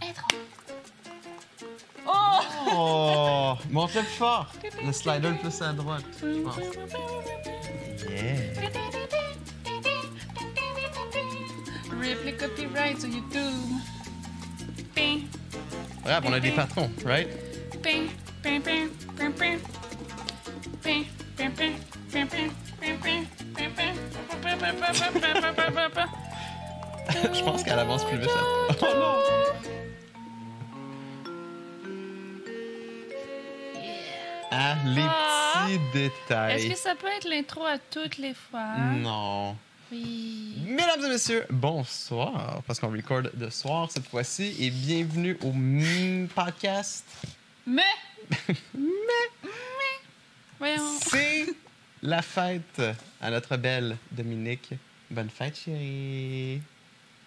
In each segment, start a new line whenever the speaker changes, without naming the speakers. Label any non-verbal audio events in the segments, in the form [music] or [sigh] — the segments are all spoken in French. Pedro.
Oh! Mon truc fort! Le slider le plus à droite, je pense.
Yeah.
Rip les copyrights sur YouTube. Ping,
Bref, on a des patrons, right? [laughs]
ping, ping, ping, ping, ping. Ping, ping, ping, ping, ping, ping, ping, ping, ping.
Je pense qu'elle avance plus vite. là. Oh non! [laughs] Ah, les
Ah.
petits
Est-ce
détails.
que ça peut être l'intro à toutes les fois?
Non.
Oui.
Mesdames et messieurs, bonsoir, parce qu'on record de soir cette fois-ci, et bienvenue au M- podcast.
[laughs] Mais! Mais! Voyons.
C'est la fête à notre belle Dominique. Bonne fête, chérie.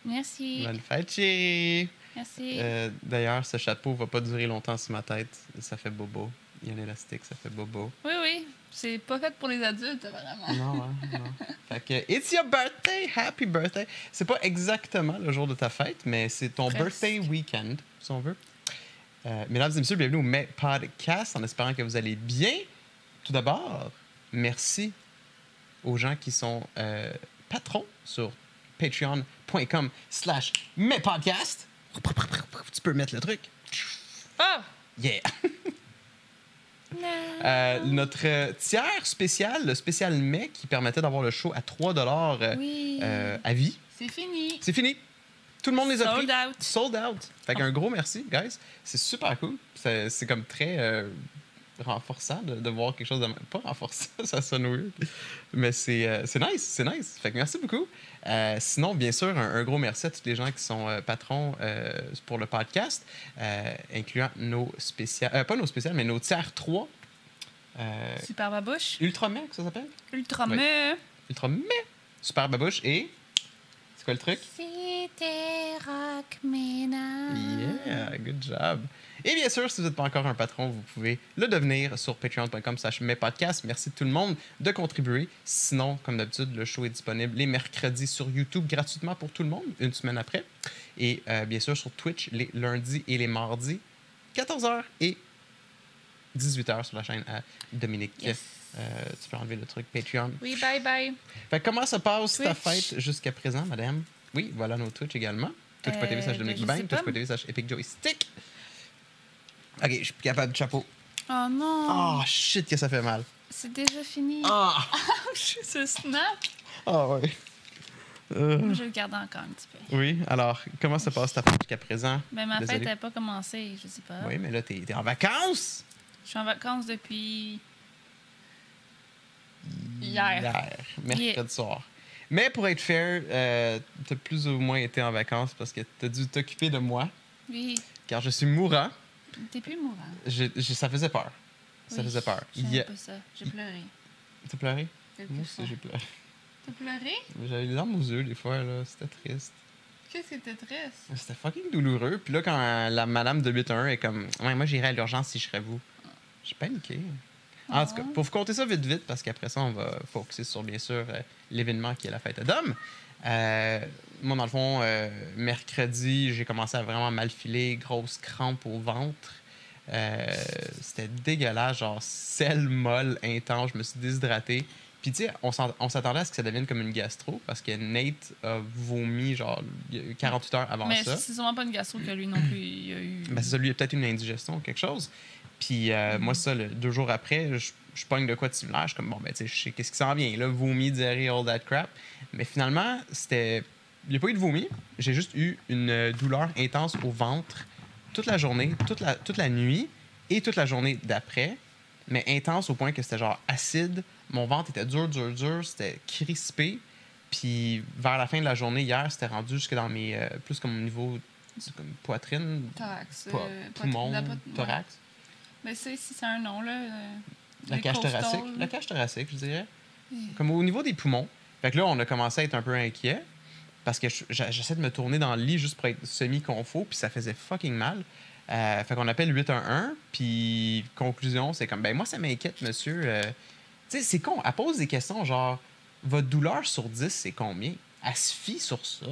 Merci.
Bonne fête, chérie.
Merci.
Euh, D'ailleurs, ce chapeau va pas durer longtemps sur ma tête. Ça fait bobo. Il y a un élastique, ça fait bobo.
Oui, oui. C'est pas fait pour les adultes, vraiment.
Non, hein, non. [laughs] Fait que, it's your birthday! Happy birthday! C'est pas exactement le jour de ta fête, mais c'est ton
Presque.
birthday weekend, si on veut. Euh, mesdames et messieurs, bienvenue au May Podcast en espérant que vous allez bien. Tout d'abord, merci aux gens qui sont euh, patrons sur patreon.com slash Podcast. Tu peux mettre le truc.
Ah!
Yeah! Euh, notre euh, tiers spécial, le spécial mai, qui permettait d'avoir le show à 3 dollars euh,
Oui.
à vie.
C'est fini.
C'est fini. Tout le monde les a
Sold
pris.
out.
Sold out. Fait qu'un gros merci, guys. C'est super cool. C'est c'est comme très euh, renforçant de, de voir quelque chose de... Pas renforçant, [laughs] ça sonne weird. Mais c'est euh, c'est nice, c'est nice. Fait que merci beaucoup. Euh, sinon, bien sûr, un, un gros merci à tous les gens qui sont euh, patrons euh, pour le podcast, euh, incluant nos spéciales... euh, pas nos spéciales, mais nos tiers 3. Euh,
Super babouche.
Ultra Mec, ça s'appelle?
Ultra
Oui.
me.
Ultra Mec. Super Babouche et... C'est quoi le truc?
C'était Rock Ménage.
Yeah, good job. Et bien sûr, si vous n'êtes pas encore un patron, vous pouvez le devenir sur patreon.com slash mespodcasts. Merci tout le monde de contribuer. Sinon, comme d'habitude, le show est disponible les mercredis sur YouTube gratuitement pour tout le monde, une semaine après. Et euh, bien sûr, sur Twitch, les lundis et les mardis, 14h et 18h sur la chaîne à Dominique.
Yes.
Euh, tu peux enlever le truc Patreon.
Oui, bye bye.
Fait que comment se passe ta
Twitch.
fête jusqu'à présent, madame? Oui, voilà nos Twitch également. Twitch.tv
Euh,
slash Dominique
ben, je sais
Bain,
pas.
Twitch.tv slash Epic Joystick. Ok, je suis plus capable de chapeau.
Oh non.
Oh shit, que ça fait mal.
C'est déjà fini. [laughs]
Ah!
Ce snap.
Ah ouais.
Moi,
Euh,
je le garde encore un petit peu.
Oui, alors, comment se passe ta fête jusqu'à présent?
Mais Ben, ma
Désolé.
fête n'a pas commencé, je sais pas.
Oui, mais là, t'es t'es en vacances!
Je suis en vacances depuis. Hier.
mercredi soir. Mais pour être fair, euh, t'as plus ou moins été en vacances parce que t'as dû t'occuper de moi,
Oui.
car je suis mourant.
T'es plus mourant.
Je- je- ça faisait peur. Ça
Oui,
faisait peur.
J'aime
Yeah.
pas ça. J'ai pleuré.
T'as pleuré?
J'ai le plus
Moi aussi,
fort.
j'ai pleuré.
T'as pleuré?
J'avais les larmes aux yeux, des fois, là. C'était triste.
Qu'est-ce qui était triste?
C'était fucking douloureux. Puis là, quand la madame de 8 est comme Ouais, moi, j'irai à l'urgence si je serais vous. J'ai paniqué. En tout cas, pour vous compter ça vite, vite, parce qu'après ça, on va focuser sur, bien sûr, euh, l'événement qui est la fête à Dom. Euh, moi, dans le fond, euh, mercredi, j'ai commencé à vraiment mal filer, grosse crampe au ventre. Euh, c'était dégueulasse, genre sel molle, intense. Je me suis déshydraté. Puis, tu sais, on s'en- on s'attendait à ce que ça devienne comme une gastro parce que Nate a vomi, genre, il y a eu 48 heures avant
Mais
ça.
c'est sûrement pas une gastro que lui non plus il a eu.
Ben, c'est ça, lui, il y a peut-être une indigestion ou quelque chose. Puis euh, moi, ça, le- deux jours après, je, je pogne de quoi de similaire. Je suis comme, bon, ben, tu sais, je sais qu'est-ce qui s'en vient. Là, vomi, diarrhée, all that crap. Mais finalement, c'était. Il n'y a pas eu de vomi. J'ai juste eu une euh, douleur intense au ventre toute la journée, toute la, toute la nuit et toute la journée d'après. Mais intense au point que c'était genre acide. Mon ventre était dur, dur, dur. C'était crispé. Puis vers la fin de la journée hier, c'était rendu jusque dans mes. euh, plus comme au niveau. du- comme poitrine,
Thorax.
Po-
euh, poitrine-
poumon,
la pot- ouais.
thorax.
Mais c'est si c'est un nom, là. euh,
La
les
cage
costauds,
thoracique.
là.
La cage thoracique, je dirais.
Oui.
Comme au niveau des poumons. Fait que là, on a commencé à être un peu inquiet parce que je- j'a- j'essaie de me tourner dans le lit juste pour être semi-confo, puis ça faisait fucking mal. Euh, fait qu'on appelle 811, puis conclusion, c'est comme, ben moi, ça m'inquiète, monsieur. Euh, tu sais, c'est con. Elle pose des questions genre, votre douleur sur 10, c'est combien? Elle se fie sur ça.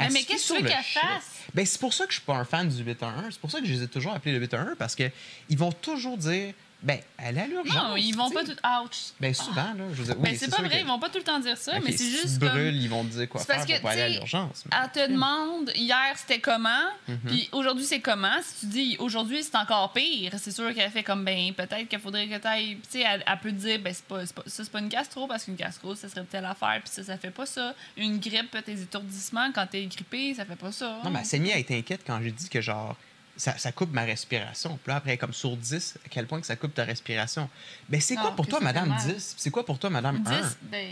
Elle
mais
se
qu'est-ce
fie
que tu
sur
veux
le
qu'elle
chiffre.
fasse?
Ben, c'est pour ça que je suis pas un fan du 811. C'est pour ça que je les ai toujours appelés le 811 parce que ils vont toujours dire ben allez à l'urgence.
Non, ils vont pas
tu sais.
tout. Ouch!
Ben souvent là, je veux dire, oui,
Ben, c'est pas
sûr
vrai,
que-
ils vont pas tout le temps dire ça,
Ok,
mais c'est
si tu
juste
brûles,
comme.
ils vont te dire quoi
C'est
faire
parce
pour
que,
pas aller à
tu sais, ah,
l'urgence.
Elle te demande, hier c'était comment,
Mhm.
puis aujourd'hui c'est comment. Si tu dis aujourd'hui c'est encore pire, c'est sûr qu'elle fait comme ben peut-être qu'il faudrait que tu ailles. Tu sais, elle, elle peut te dire ben c'est pas, c'est pas- ça c'est pas une gastro parce qu'une gastro ça serait telle affaire, puis ça ça fait pas ça. Une grippe, tes étourdissements quand t'es grippé, ça fait pas ça.
Non, mais Sammy, elle était inquiète quand j'ai dit que genre. Ça, ça coupe ma respiration. Puis là, après, comme sur 10, à quel point que ça coupe ta respiration. Ben, c'est quoi
Non,
pour
que
toi,
ça fait
madame
mal.
10? C'est quoi pour toi, madame 1?
10, ben.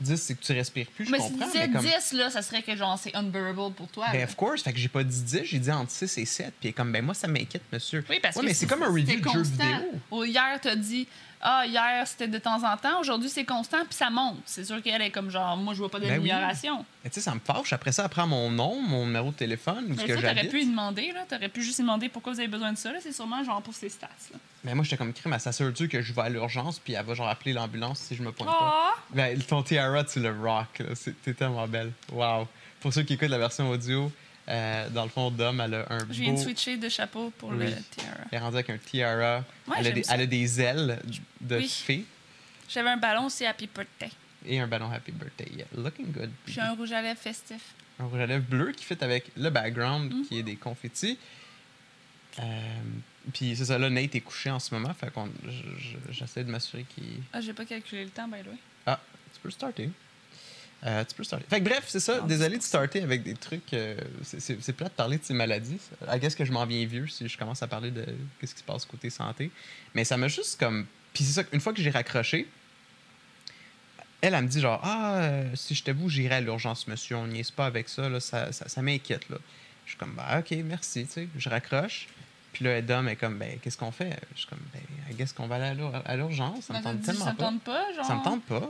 10, c'est que tu respires plus, je
Mais si tu
comprends.
disais
Mais comme...
10, là, ça serait que genre c'est unbearable pour toi.
Ben,
là.
of course. Fait que j'ai pas dit 10, j'ai dit entre 6 et 7. Puis elle est comme, ben, moi, ça m'inquiète, monsieur.
Oui, parce
ouais,
que
mais c'est comme un
c'était
review de jeu
constant.
vidéo.
Au- hier, t'as dit Ah, hier, c'était de temps en temps. Aujourd'hui, c'est constant, puis ça monte. C'est sûr qu'elle est comme genre Moi, je vois pas
Ben oui.
d'amélioration.
Mais tu sais, ça me fâche. Après ça, elle prend mon nom, mon numéro de téléphone, où ce
Mais
que
ça, t'aurais
j'habite.
pu lui demander, là. T'aurais pu juste lui demander pourquoi vous avez besoin de ça, là. C'est sûrement genre pour ses stats, là.
Mais moi, j'étais comme crime, elle s'assure-tu que je vais à l'urgence, puis elle va genre appeler l'ambulance si je me pointe pas.
Ah!
Ben, ton tiara, tu le rock. là. C'est- T'es tellement belle. Wow. Pour ceux qui écoutent la version audio, euh, dans le fond, Dom, elle a un beau...
Je viens de switcher de chapeau pour le
Oui.
tiara.
Elle est rendue avec un tiara.
Ouais,
elle, a
j'aime
des,
ça.
elle a des ailes de
Oui.
fée
J'avais un ballon aussi Happy Birthday.
et un ballon Happy Birthday. Yeah, Looking good.
Puis j'ai un rouge à lèvres festif.
Un rouge à lèvres bleu qui fit avec le background,
Mhm.
qui est des confettis. Euh, puis c'est ça, là, Nate est couché en ce moment. Fait qu'on... je- je- J'essaie de m'assurer qu'il...
Ah, j'ai pas calculé le temps, by the way.
Tu peux starter. Euh, tu peux starter. Fait que bref, c'est ça.
Non,
Désolé de starter avec des trucs. euh, c'est- c'est c'est plat de parler de ces maladies. I guess que je m'en viens vieux si je commence à parler de quest ce qui se passe côté santé. Mais ça m'a juste comme. Puis c'est ça, une fois que j'ai raccroché, elle, elle me dit genre Ah, euh, si je t'avoue, j'irai à l'urgence, monsieur. On niaise pas avec ça. Là, ça, ça, ça m'inquiète. là. Je suis comme bah, OK, merci. Tu sais, je raccroche. Puis là, Dom est comme ben, Qu'est-ce qu'on fait Je suis comme ben, I guess qu'on va aller à l'ur- à l'urgence. Ça me
Ben, t'as
tente
dit,
tellement
ça me
pas.
tente pas, genre.
Ça me tente pas.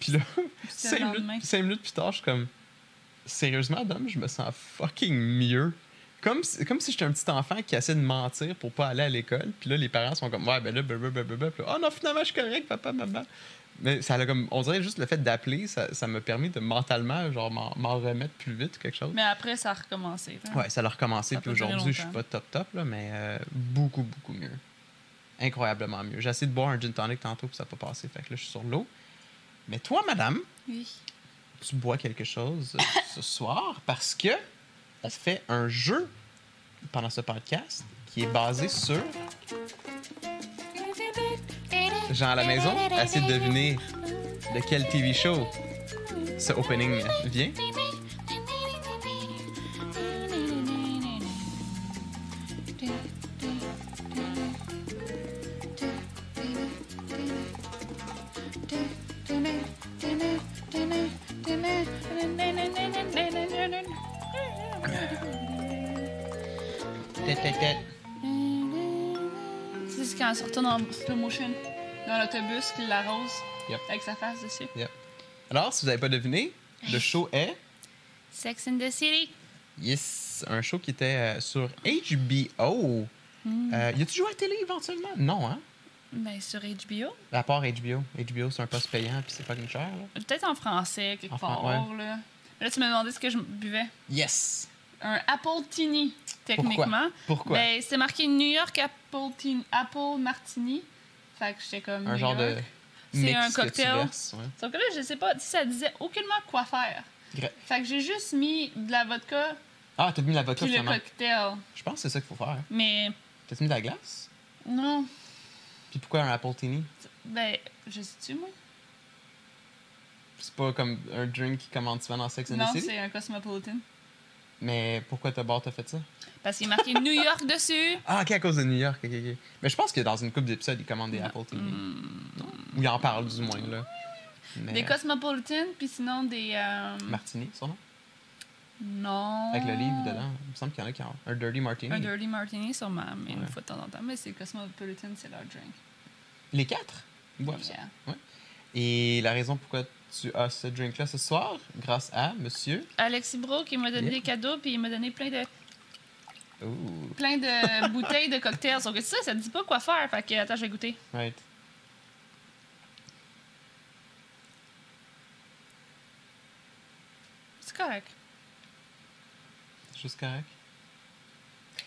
Puis là, [laughs]
Puis c'était le
cinq
lendemain.
minutes, cinq minutes plus tard, je suis comme. Sérieusement, Dom, je me sens fucking mieux. Comme si, comme si j'étais un petit enfant qui essaie de mentir pour pas aller à l'école. Puis là, les parents sont comme, ouais, ben là, blablabla. Puis là, oh non, finalement, je suis correct, papa, maman. Mais ça a comme. On dirait juste le fait d'appeler, ça ça m'a permis de mentalement, genre, m'en m'en remettre plus vite, ou quelque chose.
Mais après, ça a recommencé. là.
Ouais, ça l'a recommencé.
Ah. Ça
Puis
peut durer
aujourd'hui, je suis
longtemps.
pas top top, là, mais euh, beaucoup, beaucoup mieux. Incroyablement mieux. J'ai essayé de boire un gin tonic tantôt, puis ça n'a pas passé. Fait que là, je suis sur l'eau. Mais toi, madame,
Oui.
tu bois
[laughs]
quelque chose euh, ce soir parce que on fait un jeu pendant ce podcast qui est basé sur Jean à la maison, essayer de deviner de quel TV show ce opening vient. Tête, tête, tête.
Tu sais, quand elle se retourne en slow motion dans l'autobus, qu'il l'arrose
Yep.
avec sa face dessus.
Alors, si vous n'avez pas deviné, le show est
Sex in the City.
Yes, un show qui était euh, sur HBO.
Hmm.
Euh, y a-tu joué à la télé éventuellement? Non, hein?
Ben, sur HBO.
À part HBO. HBO, c'est un poste payant puis c'est pas une chère. Là.
Peut-être en français, quelque
En fran-
part, là. Mais Là, tu me demandais ce que je buvais.
Yes!
Un Apple Tini, techniquement.
Pourquoi?
Ben, c'est marqué New York Apple, Tin- Apple Martini. Fait que j'étais comme.
un
New
genre de.
York. C'est un
mix que tu
cocktail.
verses, ouais.
Sauf que là, je sais pas si ça disait aucunement quoi faire.
Gra-
Fait que j'ai juste mis de la vodka
Ah, t'as mis la vodka
puis le
finalement.
cocktail.
Je pense que c'est ça qu'il faut faire.
Mais
T'as mis de la glace?
non.
Puis pourquoi un apple tini?
Ben, je sais-tu, moi?
C'est pas comme un drink qui commande souvent dans Sex and
Non,
the City?
c'est un Cosmopolitan.
Mais pourquoi ta barre t'a fait ça?
Parce qu'il est marqué New York dessus.
Ah, ok, à cause de New York. ok, ok. Mais je pense que dans une coupe d'épisodes, ils commandent des
Non.
apple tini. Ou ils en parlent du moins, là. Mais-
Hmm.
euh,
Des Cosmopolitan, puis sinon des. euh,
Martini, son nom?
Non.
Avec le livre dedans. Il me semble qu'il y en a qui ont un Dirty Martini.
Euh. Un Dirty Martini, sûrement, mais une
Ouais.
fois de temps en temps. Mais c'est Cosmopolitan, c'est leur drink.
Les quatre boivent ça.
Yeah.
Et la raison pourquoi tu as ce drink-là ce soir, grâce à monsieur.
Alexis Bro qui m'a donné
Yeah.
des cadeaux, puis il m'a donné plein de,
Ooh,
plein
[laughs]
de bouteilles de cocktails. Sauf que ça, ça te dit pas quoi faire. Fait que, attends, je vais goûter.
right.
C'est correct.
C'est juste correct.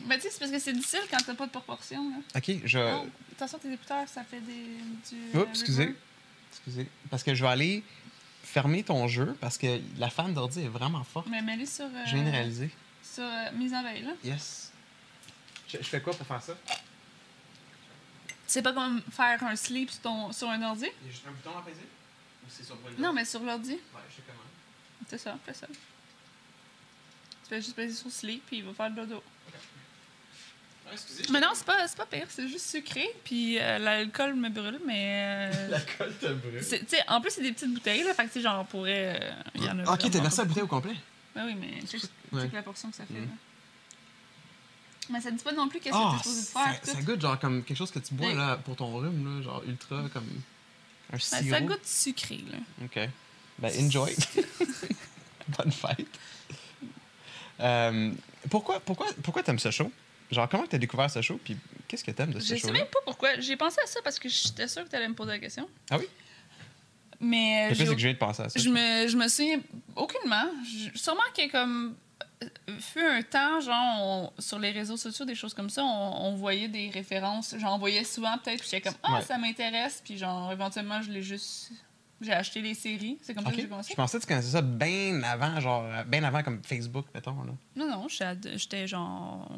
Mais tu sais, c'est parce que c'est difficile quand t'as pas de proportion. Là. Oh,
Ok, je.
Non, attention, tes écouteurs, ça fait des. Du,
Euh, Oups,
euh,
excusez.
reverb.
Excusez. Parce que je vais aller fermer ton jeu parce que la fan d'ordi est vraiment forte.
Mais mets-les sur. euh,
Je viens de réaliser.
Sur euh, mise en veille, là.
Yes. Je, je fais quoi pour faire ça?
Tu sais pas comment faire un sleep sur, ton, sur un ordi?
Il y a juste un bouton à peser? Ou c'est sur Windows?
Non, mais sur l'ordi.
Ouais, je sais comment.
C'est ça, fais ça. Tu fais juste passer sur sleep, puis il va faire le dodo.
Ah, excusez.
Mais non, c'est pas, c'est pas pire, c'est juste sucré, puis euh, l'alcool me brûle, mais.
[laughs]
euh,
La colle te brûle.
c'est- tu sais, en plus, c'est des petites bouteilles, là, fait que tu sais, genre, on pourrait. euh, il y en a
Ok, t'as
vraiment
versé
pas
la bouteille au complet.
Ben oui, mais check, check
Ouais.
la portion que ça fait.
Mm.
là. Mais ça dit pas non plus qu'est-ce
Ah,
que t'es supposé
ça,
faire. tout.
ça goûte genre comme quelque chose que tu bois
Mais-
là, pour ton rhume, là, genre ultra comme.
Un
Ben,
sirop.
ça goûte sucré, là.
OK.
[laughs]
Ben, enjoy. Bonne fête. Euh, pourquoi pourquoi, pourquoi t'aimes ce show? Genre, comment t'as découvert ce show? Puis qu'est-ce que t'aimes de
Je
ce
sais
show-là?
même pas pourquoi. J'ai pensé à ça parce que j'étais sûre que t'allais me poser la question.
Ah oui?
Mais euh,
Le plus,
j'ai-
c'est que je viens de penser à ça.
je me, je me souviens aucunement. Je- Sûrement qu'il y a comme euh, fut un temps, genre, on- sur les réseaux sociaux, des choses comme ça, on, on voyait des références. J'en voyais souvent, peut-être, puis j'étais comme « Ah,
Ouais.
ça m'intéresse! » Puis genre, éventuellement, je l'ai juste... J'ai acheté les séries. C'est comme
Ok.
ça que j'ai commencé.
Je pensais que tu connaissais ça bien avant, genre, bien avant comme Facebook, mettons. Là.
Non, non, j'étais ad- j'étais genre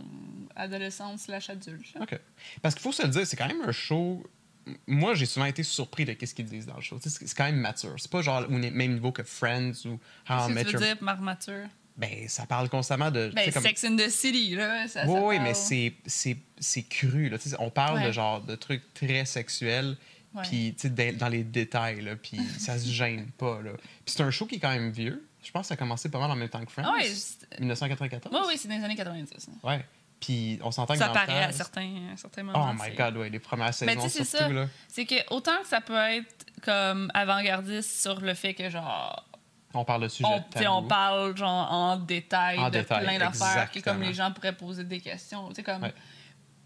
adolescente slash adulte. genre.
OK. Parce qu'il faut se le dire, c'est quand même un show. M- Moi, j'ai souvent été surpris de ce qu'ils disent dans le show. Tu sais, C'est c'est quand même mature. C'est pas genre au ni- même niveau que Friends ou How I
Qu'est-ce que
Met
tu veux
Your...
dire, marmature?
Ben, ça parle constamment de... tu sais,
Ben,
comme-
Sex in the City, là. Ça, ça
Oui, oui,
parle.
mais c'est- c'est c'est cru. Là. Tu sais, On parle de
Ouais.
genre de trucs très sexuels,
Ouais.
puis tu sais, dans- dans les détails, là, puis ça
[laughs]
se gêne pas. là. Puis c'est un show qui est quand même vieux. Je pense que ça a commencé pas mal en même temps que Friends.
Ah ouais, c'est-
1994.
Oui, oui, c'est dans les années 90. là.
Ouais. Puis on s'entend que
Ça
dans le
paraît
temps-
à certains, à certains
Oh
moments.
my
c'est-
god, ouais, les premières saisons
tu sais, c'est
surtout,
ça.
là.
C'est que autant que ça peut être comme avant-gardiste sur le fait que genre
On parle de sujets
on, tu sais,
tabous.
Oh, on parle genre en détail
En
de
détail,
plein d'affaires que comme
exactement.
les gens pourraient poser des questions, tu sais comme
Ouais.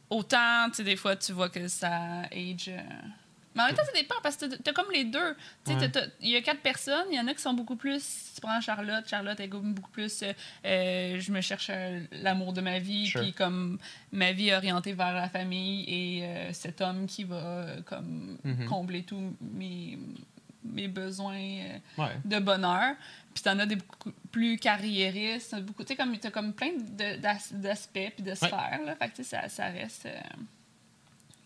autant tu sais des fois tu vois que ça age euh, mais en même temps, ça dépend parce que t'as- t'as comme les deux. Tu sais,
Ouais.
t'as- t'as- Il y a quatre personnes, il y en a qui sont beaucoup plus. Si tu prends Charlotte, Charlotte est comme beaucoup plus. euh, euh, je me cherche euh, l'amour de ma vie,
Sure.
puis comme ma vie est orientée vers la famille et euh, cet homme qui va euh, comme
Mhm.
combler tous mes, mes besoins euh,
Ouais.
de bonheur. Puis t'en as des beaucoup plus carriéristes, t'as beaucoup, tu sais, comme t'as comme plein de- d'as- d'aspects puis de sphères là. Fait que tu sais, ça, ça reste. euh,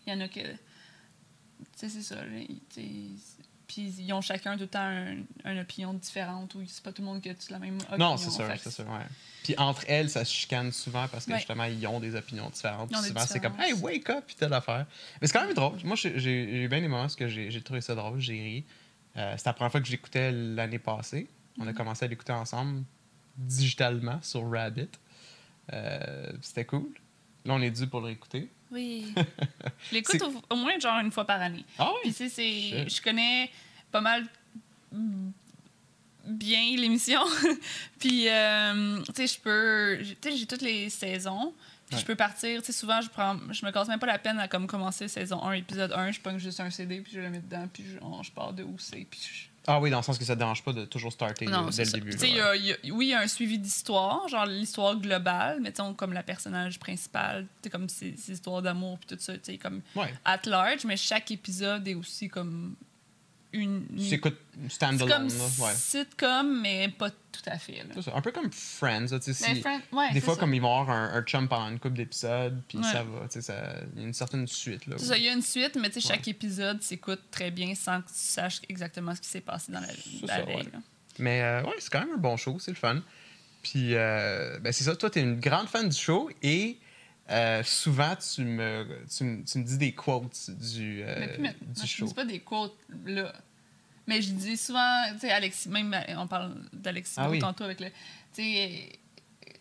Il y en a que, tu sais, c'est ça. là, ils- tu sais, Puis ils ont chacun tout le temps un- une opinion différente ou c'est pas tout le monde qui a toute la même opinion.
Non, c'est sûr,
Fait que
c'est sûr, ouais. Puis entre elles, ça se chicane souvent parce que
Ouais.
justement, ils ont des opinions différentes.
Ils ont
Puis
des
souvent, c'est comme «
différences.
Hey, wake up! » Puis telle affaire. Mais c'est quand même drôle. Moi, j'ai j'ai- j'ai eu bien des moments où j'ai j'ai trouvé ça drôle, j'ai ri. Euh, C'était la première fois que j'écoutais l'année passée. On
Mm-hmm.
a commencé à l'écouter ensemble, digitalement, sur Rabbit. Euh, C'était cool. Là, on est dû pour le réécouter. [laughs]
Oui. je l'écoute
C'est-
au, au moins genre une fois par année.
Ah
Puis
oui!
tu sais, c'est,
Shit.
je connais pas mal mm, bien l'émission. [laughs] Puis euh, tu sais, je peux, tu sais, j'ai toutes les saisons. Puis
Ouais.
je peux partir, tu sais, souvent je prends je me casse même pas la peine à comme commencer saison 1 épisode 1, je pogne juste un CD puis je le mets dedans puis je, on- je pars de où c'est puis je-
Ah oui, dans le sens que ça ne dérange pas de toujours starter
non,
euh,
c'est
dès le
ça.
début.
Tu sais,
là,
il y a- il y a- oui, il y a un suivi d'histoire, genre l'histoire globale, mettons comme la personnage principale, tu sais, comme ses, ses histoires d'amour puis tout ça, tu sais, comme
ouais. Ouais.
at large, mais chaque épisode est aussi comme une, une-
C'est écoute,
c'est
stand-alone.
comme
là, ouais.
sitcom, mais pas tout à fait. là.
C'est ça. Un peu comme Friends. là, tu sais,
Mais
si-
Fran- Ben, ouais,
des
c'est
fois,
ça.
comme ils vont avoir un, un chum pendant une couple d'épisodes, puis
Ouais.
ça va. tu sais, ça- Il y a une certaine suite. Là,
C'est
où-
ça, il y a une suite, mais tu sais,
Ouais.
chaque épisode s'écoute très bien sans que tu saches exactement ce qui s'est passé dans la,
C'est
la
ça,
veille.
ouais.
là.
Mais euh, ouais, c'est quand même un bon show, c'est le fun. Puis, euh, ben, c'est ça, toi, t'es une grande fan du show et euh, souvent, tu me, tu, me- tu me dis des quotes du, euh,
mais puis maintenant,
du
je
show.
dis pas des quotes là. Mais je dis souvent, tu sais, Alexis, même euh, on parle d'Alexis
Ah
Bro
oui.
tantôt avec le. Tu sais,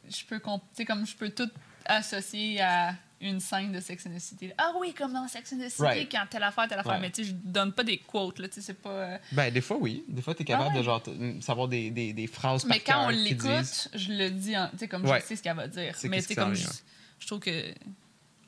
je peux, comp- tu sais, comme je peux tout associer à une scène de Sex and the City. Ah oui, comme dans Sex and the City,
Right.
quand telle affaire, telle affaire.
Ouais.
Mais tu sais, je donne pas des quotes, là, tu sais, c'est pas. euh,
Ben, des fois, oui. Des fois, t'es capable
Ah ouais.
de genre, t- savoir des, des, des phrases
Mais
par
quand on
cœur qui disent-
l'écoute, je le dis, en- tu sais, comme
Ouais.
je sais ce qu'elle va dire.
C'est
mais
qu'est-ce
tu sais,
qui s'en
comme
vient,
je,
ouais.
je trouve que
Yeah.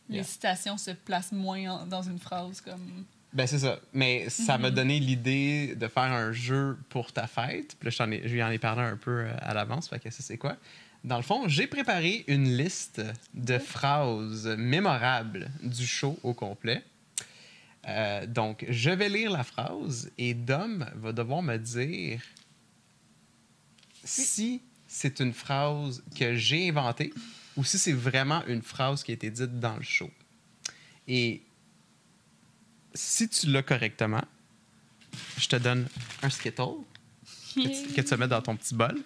les citations se placent moins en- dans une phrase comme.
Ben, c'est ça. Mais ça m'a donné l'idée de faire un jeu pour ta fête. Puis là, je t'en ai- je lui en ai parlé un peu euh, à l'avance. Fait que ça, c'est quoi? Dans le fond, j'ai préparé une liste de phrases mémorables du show au complet. Euh, donc, je vais lire la phrase et Dom va devoir me dire si c'est une phrase que j'ai inventée ou si c'est vraiment une phrase qui a été dite dans le show. Et si tu l'as correctement, je te donne un Skittle que tu, que tu mets dans ton petit bol.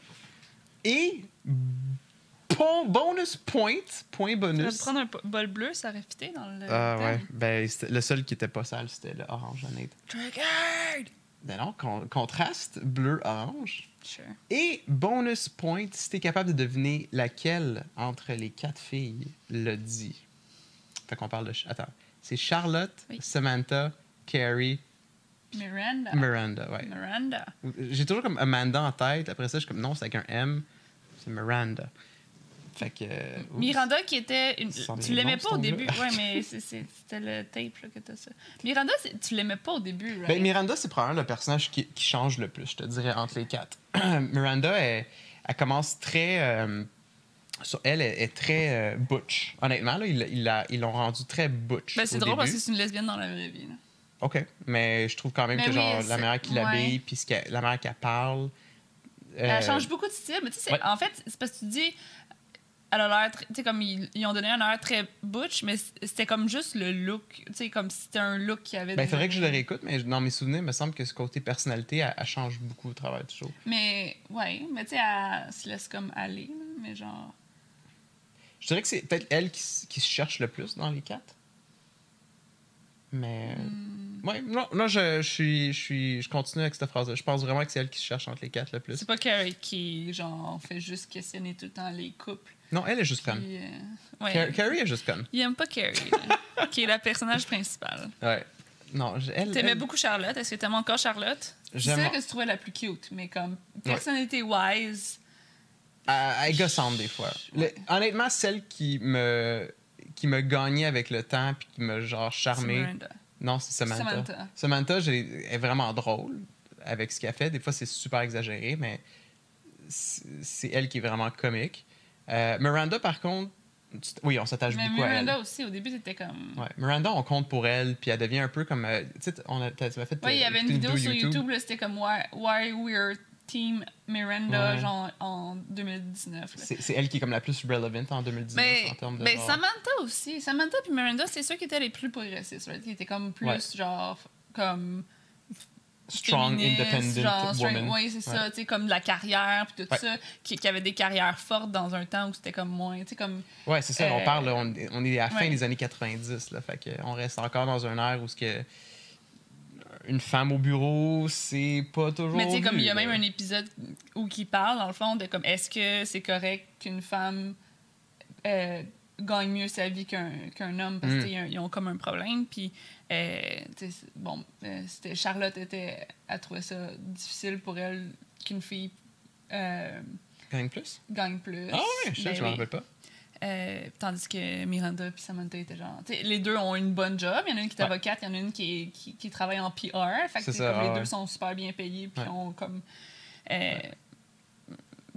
Et bon, bonus point, point
Tu vas
bonus.
te prendre un po- bol bleu, ça aurait fité dans le.
Ah
thème.
ouais, ben c'était- le seul qui était pas sale, c'était le orange honnête.
Triggered!
Ben non, con- contraste bleu-orange.
Sure.
Et bonus point, si t'es capable de deviner laquelle entre les quatre filles le dit. Fait qu'on parle de... ch- Attends, c'est Charlotte,
Oui.
Samantha, Carrie,
Miranda.
Miranda, ouais.
Miranda.
J'ai toujours comme Amanda en tête. Après ça, je suis comme non, c'est avec un M. C'est Miranda. Fait que. euh, oups.
Miranda qui était une...
Ça
tu
sent
l'aimais
bien
pas
bon,
au
ce
début
ton-là. [laughs]
ouais mais c'est- c'est- c'était le tape là, que t'as ça Miranda c'est- tu l'aimais pas au début right?
Ben, Miranda, c'est probablement le personnage qui, qui change le plus, je te dirais, entre les quatre. [clears throat] Miranda, elle, elle commence très. euh, sur elle, elle est très euh, butch. Honnêtement, là, ils l'ont ils la- ils l'ont rendu très butch.
Ben, c'est
au
drôle parce que
début.
c'est une lesbienne dans la vraie vie là.
OK. Mais je trouve quand même
Mais
que
Ben oui,
genre,
c'est-
la manière qu'il
ouais.
habille, puis ce qu'elle- la manière qu'elle parle. euh,
Elle change beaucoup de style, mais tu sais, c'est-
ouais.
en fait, c'est parce que tu dis. Elle a l'air. tr- Tu sais, comme ils, ils ont donné un air très butch, mais c- c'était comme juste le look. Tu sais, comme si c'était un look qu'il y avait.
Ben, il
déjà.
faudrait que je le réécoute, mais dans mes souvenirs, il me semble que ce côté personnalité, elle, elle change beaucoup au travers du show.
Mais, ouais, mais tu sais, elle se laisse comme aller, là, mais genre.
Je dirais que c'est peut-être elle qui, s- qui se cherche le plus dans les quatre. Mais.
Hmm.
Ouais, non, non, je, je suis, je, suis, je continue avec cette phrase-là. Je pense vraiment que c'est elle qui se cherche entre les quatre le plus.
C'est pas Carrie qui, genre, fait juste questionner tout le temps les couples.
Non, elle est juste comme.
Puis, euh, ouais.
Car- Carrie est juste comme.
Il aime pas Carrie, là, qui est la personnage principale.
Ouais. Non, je- elle.
T'aimais
elle-
beaucoup Charlotte. Est-ce que t'aimes encore Charlotte? C'est
J'aime-
celle que tu trouvais la plus cute, mais comme personnalité-wise.
Elle, elle est gossante des fois. Le- honnêtement, celle qui me qui me gagnait avec le temps puis qui me genre
c'est
charmé.
Miranda.
Non, c'est Samantha.
Samantha.
Samantha, j'ai- est vraiment drôle avec ce qu'elle fait. Des fois, c'est super exagéré, mais c'est c'est elle qui est vraiment comique. Euh, Miranda, par contre, tu t- oui, on s'attache
Mais
beaucoup à
Miranda
elle.
aussi, au début, t'étais comme.
Ouais, Miranda, on compte pour elle, puis elle devient un peu comme. euh, tu sais, t- on a- t'as- tu m'as fait. euh,
Oui, il y avait une
écouter
vidéo sur YouTube, là, c'était comme Why, Why We're Team Miranda,
Ouais.
genre en 2019. là.
C'est c'est elle qui est comme la plus relevant en 2019
Mais,
en termes de.
mais
genre-
Samantha aussi. Samantha puis Miranda, c'est ceux qui étaient les plus progressistes. right? Qui étaient comme plus,
Ouais.
genre, comme.
strong,
féministes,
independent
genre, straight-
woman.
Oui, c'est ça, tu sais, comme de la carrière puis tout
Ouais.
ça, qui, qui avaient des carrières fortes dans un temps où c'était comme moins, tu sais, comme.
Ouais, c'est ça,
Euh,
on parle, là, on, on est à la fin
ouais.
des années 90, là, fait que euh, on reste encore dans un air où ce que une femme au bureau, c'est pas toujours
Mais tu sais, comme
vu,
il y a
là.
même un épisode où qui parle, dans le fond, de comme est-ce que c'est correct qu'une femme euh, gagne mieux sa vie qu'un qu'un homme parce
Mm.
qu'ils ont comme un problème. Puis, euh, tu sais, c'est- bon, euh, c'était Charlotte était, elle trouvait ça difficile pour elle qu'une fille euh,
Gagne plus?
gagne plus.
Ah ouais, je sais,
Ben
je m'en
oui.
rappelle pas.
Euh, tandis que Miranda puis Samantha étaient genre. tu sais, les deux ont une bonne job. Il y en a une qui est
Ouais.
avocate, il y en a une qui, est- qui, qui travaille en PR. Fait que
C'est
c'est
ça,
comme les
ouais,
deux
ouais.
sont super bien payés. Puis
Ouais.
ont comme. euh,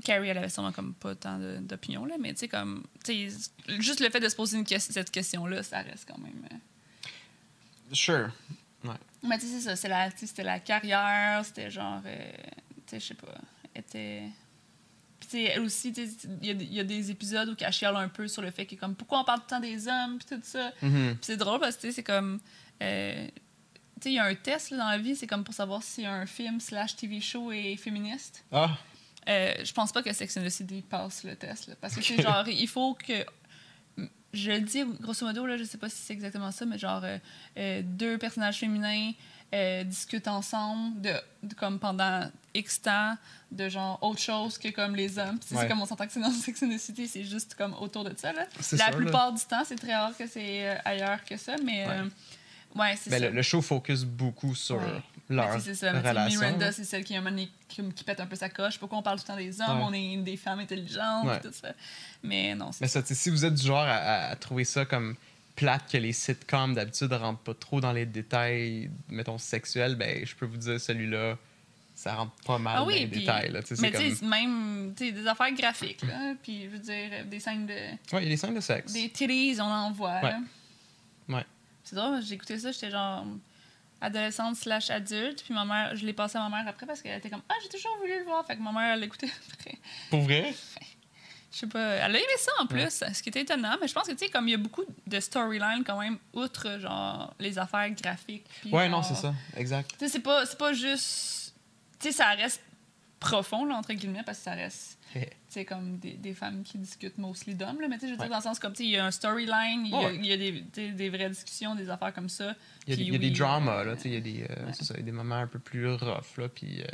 Carrie, elle avait sûrement comme pas tant de- d'opinion, là, mais tu sais, comme. tu sais, juste le fait de se poser une ques- cette question-là, ça reste quand même. euh.
Sure.
Mais tu sais, c'est ça. c'est la- tu sais, C'était la, carrière, c'était genre. euh, tu sais, je sais pas. elle était. Puis, tu sais, elle aussi, tu sais, il y, a des- il y a des épisodes où elle chiale un peu sur le fait que, comme, pourquoi on parle tout le temps des hommes, puis tout ça.
Mhm.
Puis c'est drôle parce que tu sais, c'est comme. euh, tu sais, il y a un test là, dans la vie, c'est comme pour savoir si un film slash TV show est féministe.
Ah,
Euh, je pense pas que Sex and the City passe le test. là, parce que c'est
Ok.
genre, il faut que. Je le dis grosso modo, là, je sais pas si c'est exactement ça, mais genre, euh, euh, deux personnages féminins euh, discutent ensemble de, de- comme pendant X temps de genre autre chose que comme les hommes. Puis, tu sais, C'est
Ouais.
comme on s'entend que c'est dans [laughs] Sex and the City, c'est juste comme autour de ça. Là.
c'est
La
ça, là.
plupart du temps, c'est très rare que c'est euh, ailleurs que ça, mais
Ouais.
euh, ouais, c'est
Ben,
ça.
le, le show focus beaucoup sur
Ouais. Mais
leur
tu sais, c'est ça. mais tu sais,
relation.
Miranda, c'est celle qui, un moment donné, qui, qui pète un peu sa coche. Pourquoi on parle tout le temps des hommes
Ouais.
On est des femmes intelligentes,
Ouais.
tout ça. Mais non,
Mais
c'est
ça, tu sais, si vous êtes du genre à, à- à trouver ça comme plate que les sitcoms d'habitude rentrent pas trop dans les détails, mettons, sexuels, ben je peux vous dire celui-là, ça rentre pas mal
Ah oui,
dans les
puis-
détails. Là, tu sais, c'est
Mais
comme...
tu sais, même tu sais, des affaires graphiques, là. Puis, je veux dire, des scènes de.
Ouais, il y a des scènes de sexe.
Des titties, on en voit, là.
Ouais.
C'est drôle, j'ai écouté ça, j'étais genre adolescente slash adulte. Puis ma mère, je l'ai passé à ma mère après parce qu'elle était comme Ah, j'ai toujours voulu le voir. Fait que ma mère, elle l'écoutait [laughs] après.
Pour vrai?
Je sais pas. Elle a aimé ça en plus, ce qui était étonnant. Mais je pense que, tu sais, comme il y a beaucoup de storylines quand même, outre, genre, les affaires graphiques. puis
Ouais, non,
genre-
c'est ça. Exact.
Tu sais, c'est pas, c'est pas juste. Tu sais, ça reste profond, là, entre guillemets, parce que ça
[laughs]
reste. Tu sais, comme des, des femmes qui discutent mostly d'hommes, là. Mais tu sais, je veux dire,
Ouais.
dans le sens comme, tu sais, il y a un storyline, il y a-
Ouais.
il y a, des, tu sais, des vraies discussions, des affaires comme ça.
Il y a
Puis
des, il y a des
oui,
dramas,
euh,
là, tu sais, il y a des, euh,
ouais.
c'est ça, il y a des moments un peu plus rough, là, puis euh,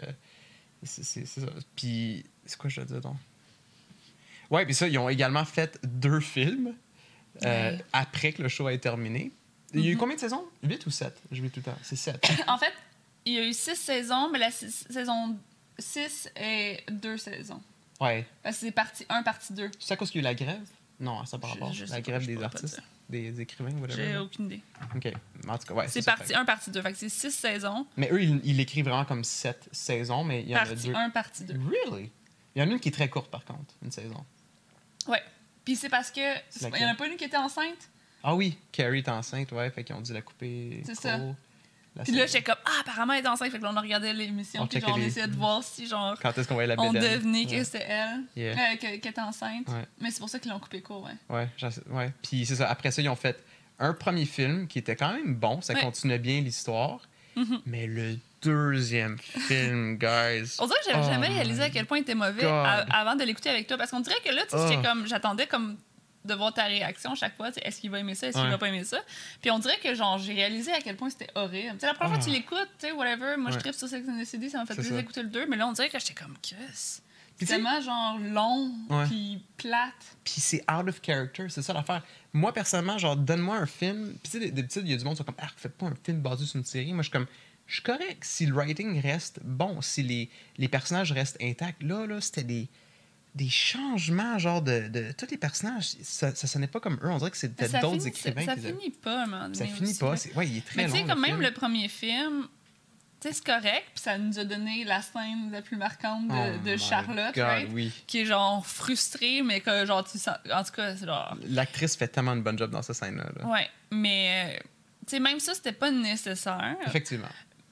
c'est c'est- c'est ça. Puis, c'est quoi je dois dire, donc? Ouais, puis ça, ils ont également fait deux films euh,
Ouais.
après que le show ait terminé. Il y a eu
Mhm.
combien de saisons? 8 ou 7? Je vais tout le temps. C'est 7.
[laughs] En fait, il y a eu six saisons, mais la six- saison 6 et deux saisons.
Ouais.
Parce que c'est partie 1, partie 2.
C'est à cause qu'il y a eu la grève? Non, ça par
Je-
rapport.
je sais
la
pas,
grève
je
des
pourrais pas
artistes,
dire.
des écrivains, whatever.
J'ai
là.
aucune idée.
OK. En tout cas, ouais.
c'est
ça,
partie
fait-
1, partie 2. Fait que c'est 6 saisons,
Mais eux, ils, ils l'écrivent vraiment comme 7 saisons, mais il y en a
partie
deux.
1, partie 2.
Really? Il y en a une qui est très courte, par contre, une saison.
Puis c'est parce que.
Mm. C'est
Il y en a pas une qui était enceinte?
Ah oui, Carrie est enceinte, ouais, fait qu'ils ont dû la couper.
C'est
court,
ça.
la
Puis là,
saison.
j'étais comme, ah, apparemment, elle est enceinte. Fait que là, on a regardé l'émission,
On
puis genre,
checkait
on
les-
essayait de voir si, genre,
Quand est-ce qu'on voyait la
on
bédaine?
devenait que
Ouais.
c'était elle,
Yeah.
euh, que- qu'elle était enceinte.
Ouais.
Mais c'est pour ça qu'ils l'ont coupé court, ouais.
Ouais, j'en sais- ouais. Puis c'est ça, après ça, ils ont fait un premier film qui était quand même bon, ça
Ouais.
continuait bien l'histoire,
Mhm.
mais le deuxième film, guys.
On dirait que j'avais
Oh
jamais
my
réalisé à quel point il était mauvais
God.
a- avant de l'écouter avec toi. Parce qu'on dirait que là, tu sais,
Oh.
j'étais comme, j'attendais comme de voir ta réaction chaque fois. tu sais, Est-ce qu'il va aimer ça? Est-ce qu'il
Ouais.
va pas aimer ça? Puis on dirait que genre, j'ai réalisé à quel point c'était horrible. Tu sais, la première fois que tu
Ah.
l'écoutes, tu sais, whatever. Moi, je
Ouais.
tripe sur Sex and the City, ça m'a fait
C'est
plaisir
ça.
d'écouter le 2. Mais là, on dirait que j'étais comme, qu'est-ce? C'est
Puis tu sais-
tellement genre long,
Ouais.
puis plate.
puis c'est out of character, c'est ça l'affaire. Moi, personnellement, genre, donne-moi un film. Puis tu sais, des- d'habitude, il y a du monde qui sont comme, ah, faites pas un film basé sur une série. Moi, je suis comme, je suis correct si le writing reste bon, si les, les personnages restent intacts. Là, là, c'était des, des changements, genre, de, de tous les personnages. Ça, ça sonnait pas comme eux. On dirait que c'était
Ça
d'autres
finit,
écrivains.
ça
qui les avaient-
finit pas, à un moment
ça
donné
finit
aussi,
pas.
là.
c'est- Ouais, il est très
Mais tu sais,
long,
quand
le
même,
film.
le premier film, tu sais, c'est correct, puis ça nous a donné la scène la plus marquante de,
Oh
de
my
Charlotte,
God,
right?
oui.
qui est genre frustrée, mais que genre tu sens. En tout cas, c'est genre.
L'actrice fait tellement de bon job dans cette scène-là. là.
Ouais, mais. euh, Tu sais, même ça, c'était pas nécessaire.
Effectivement.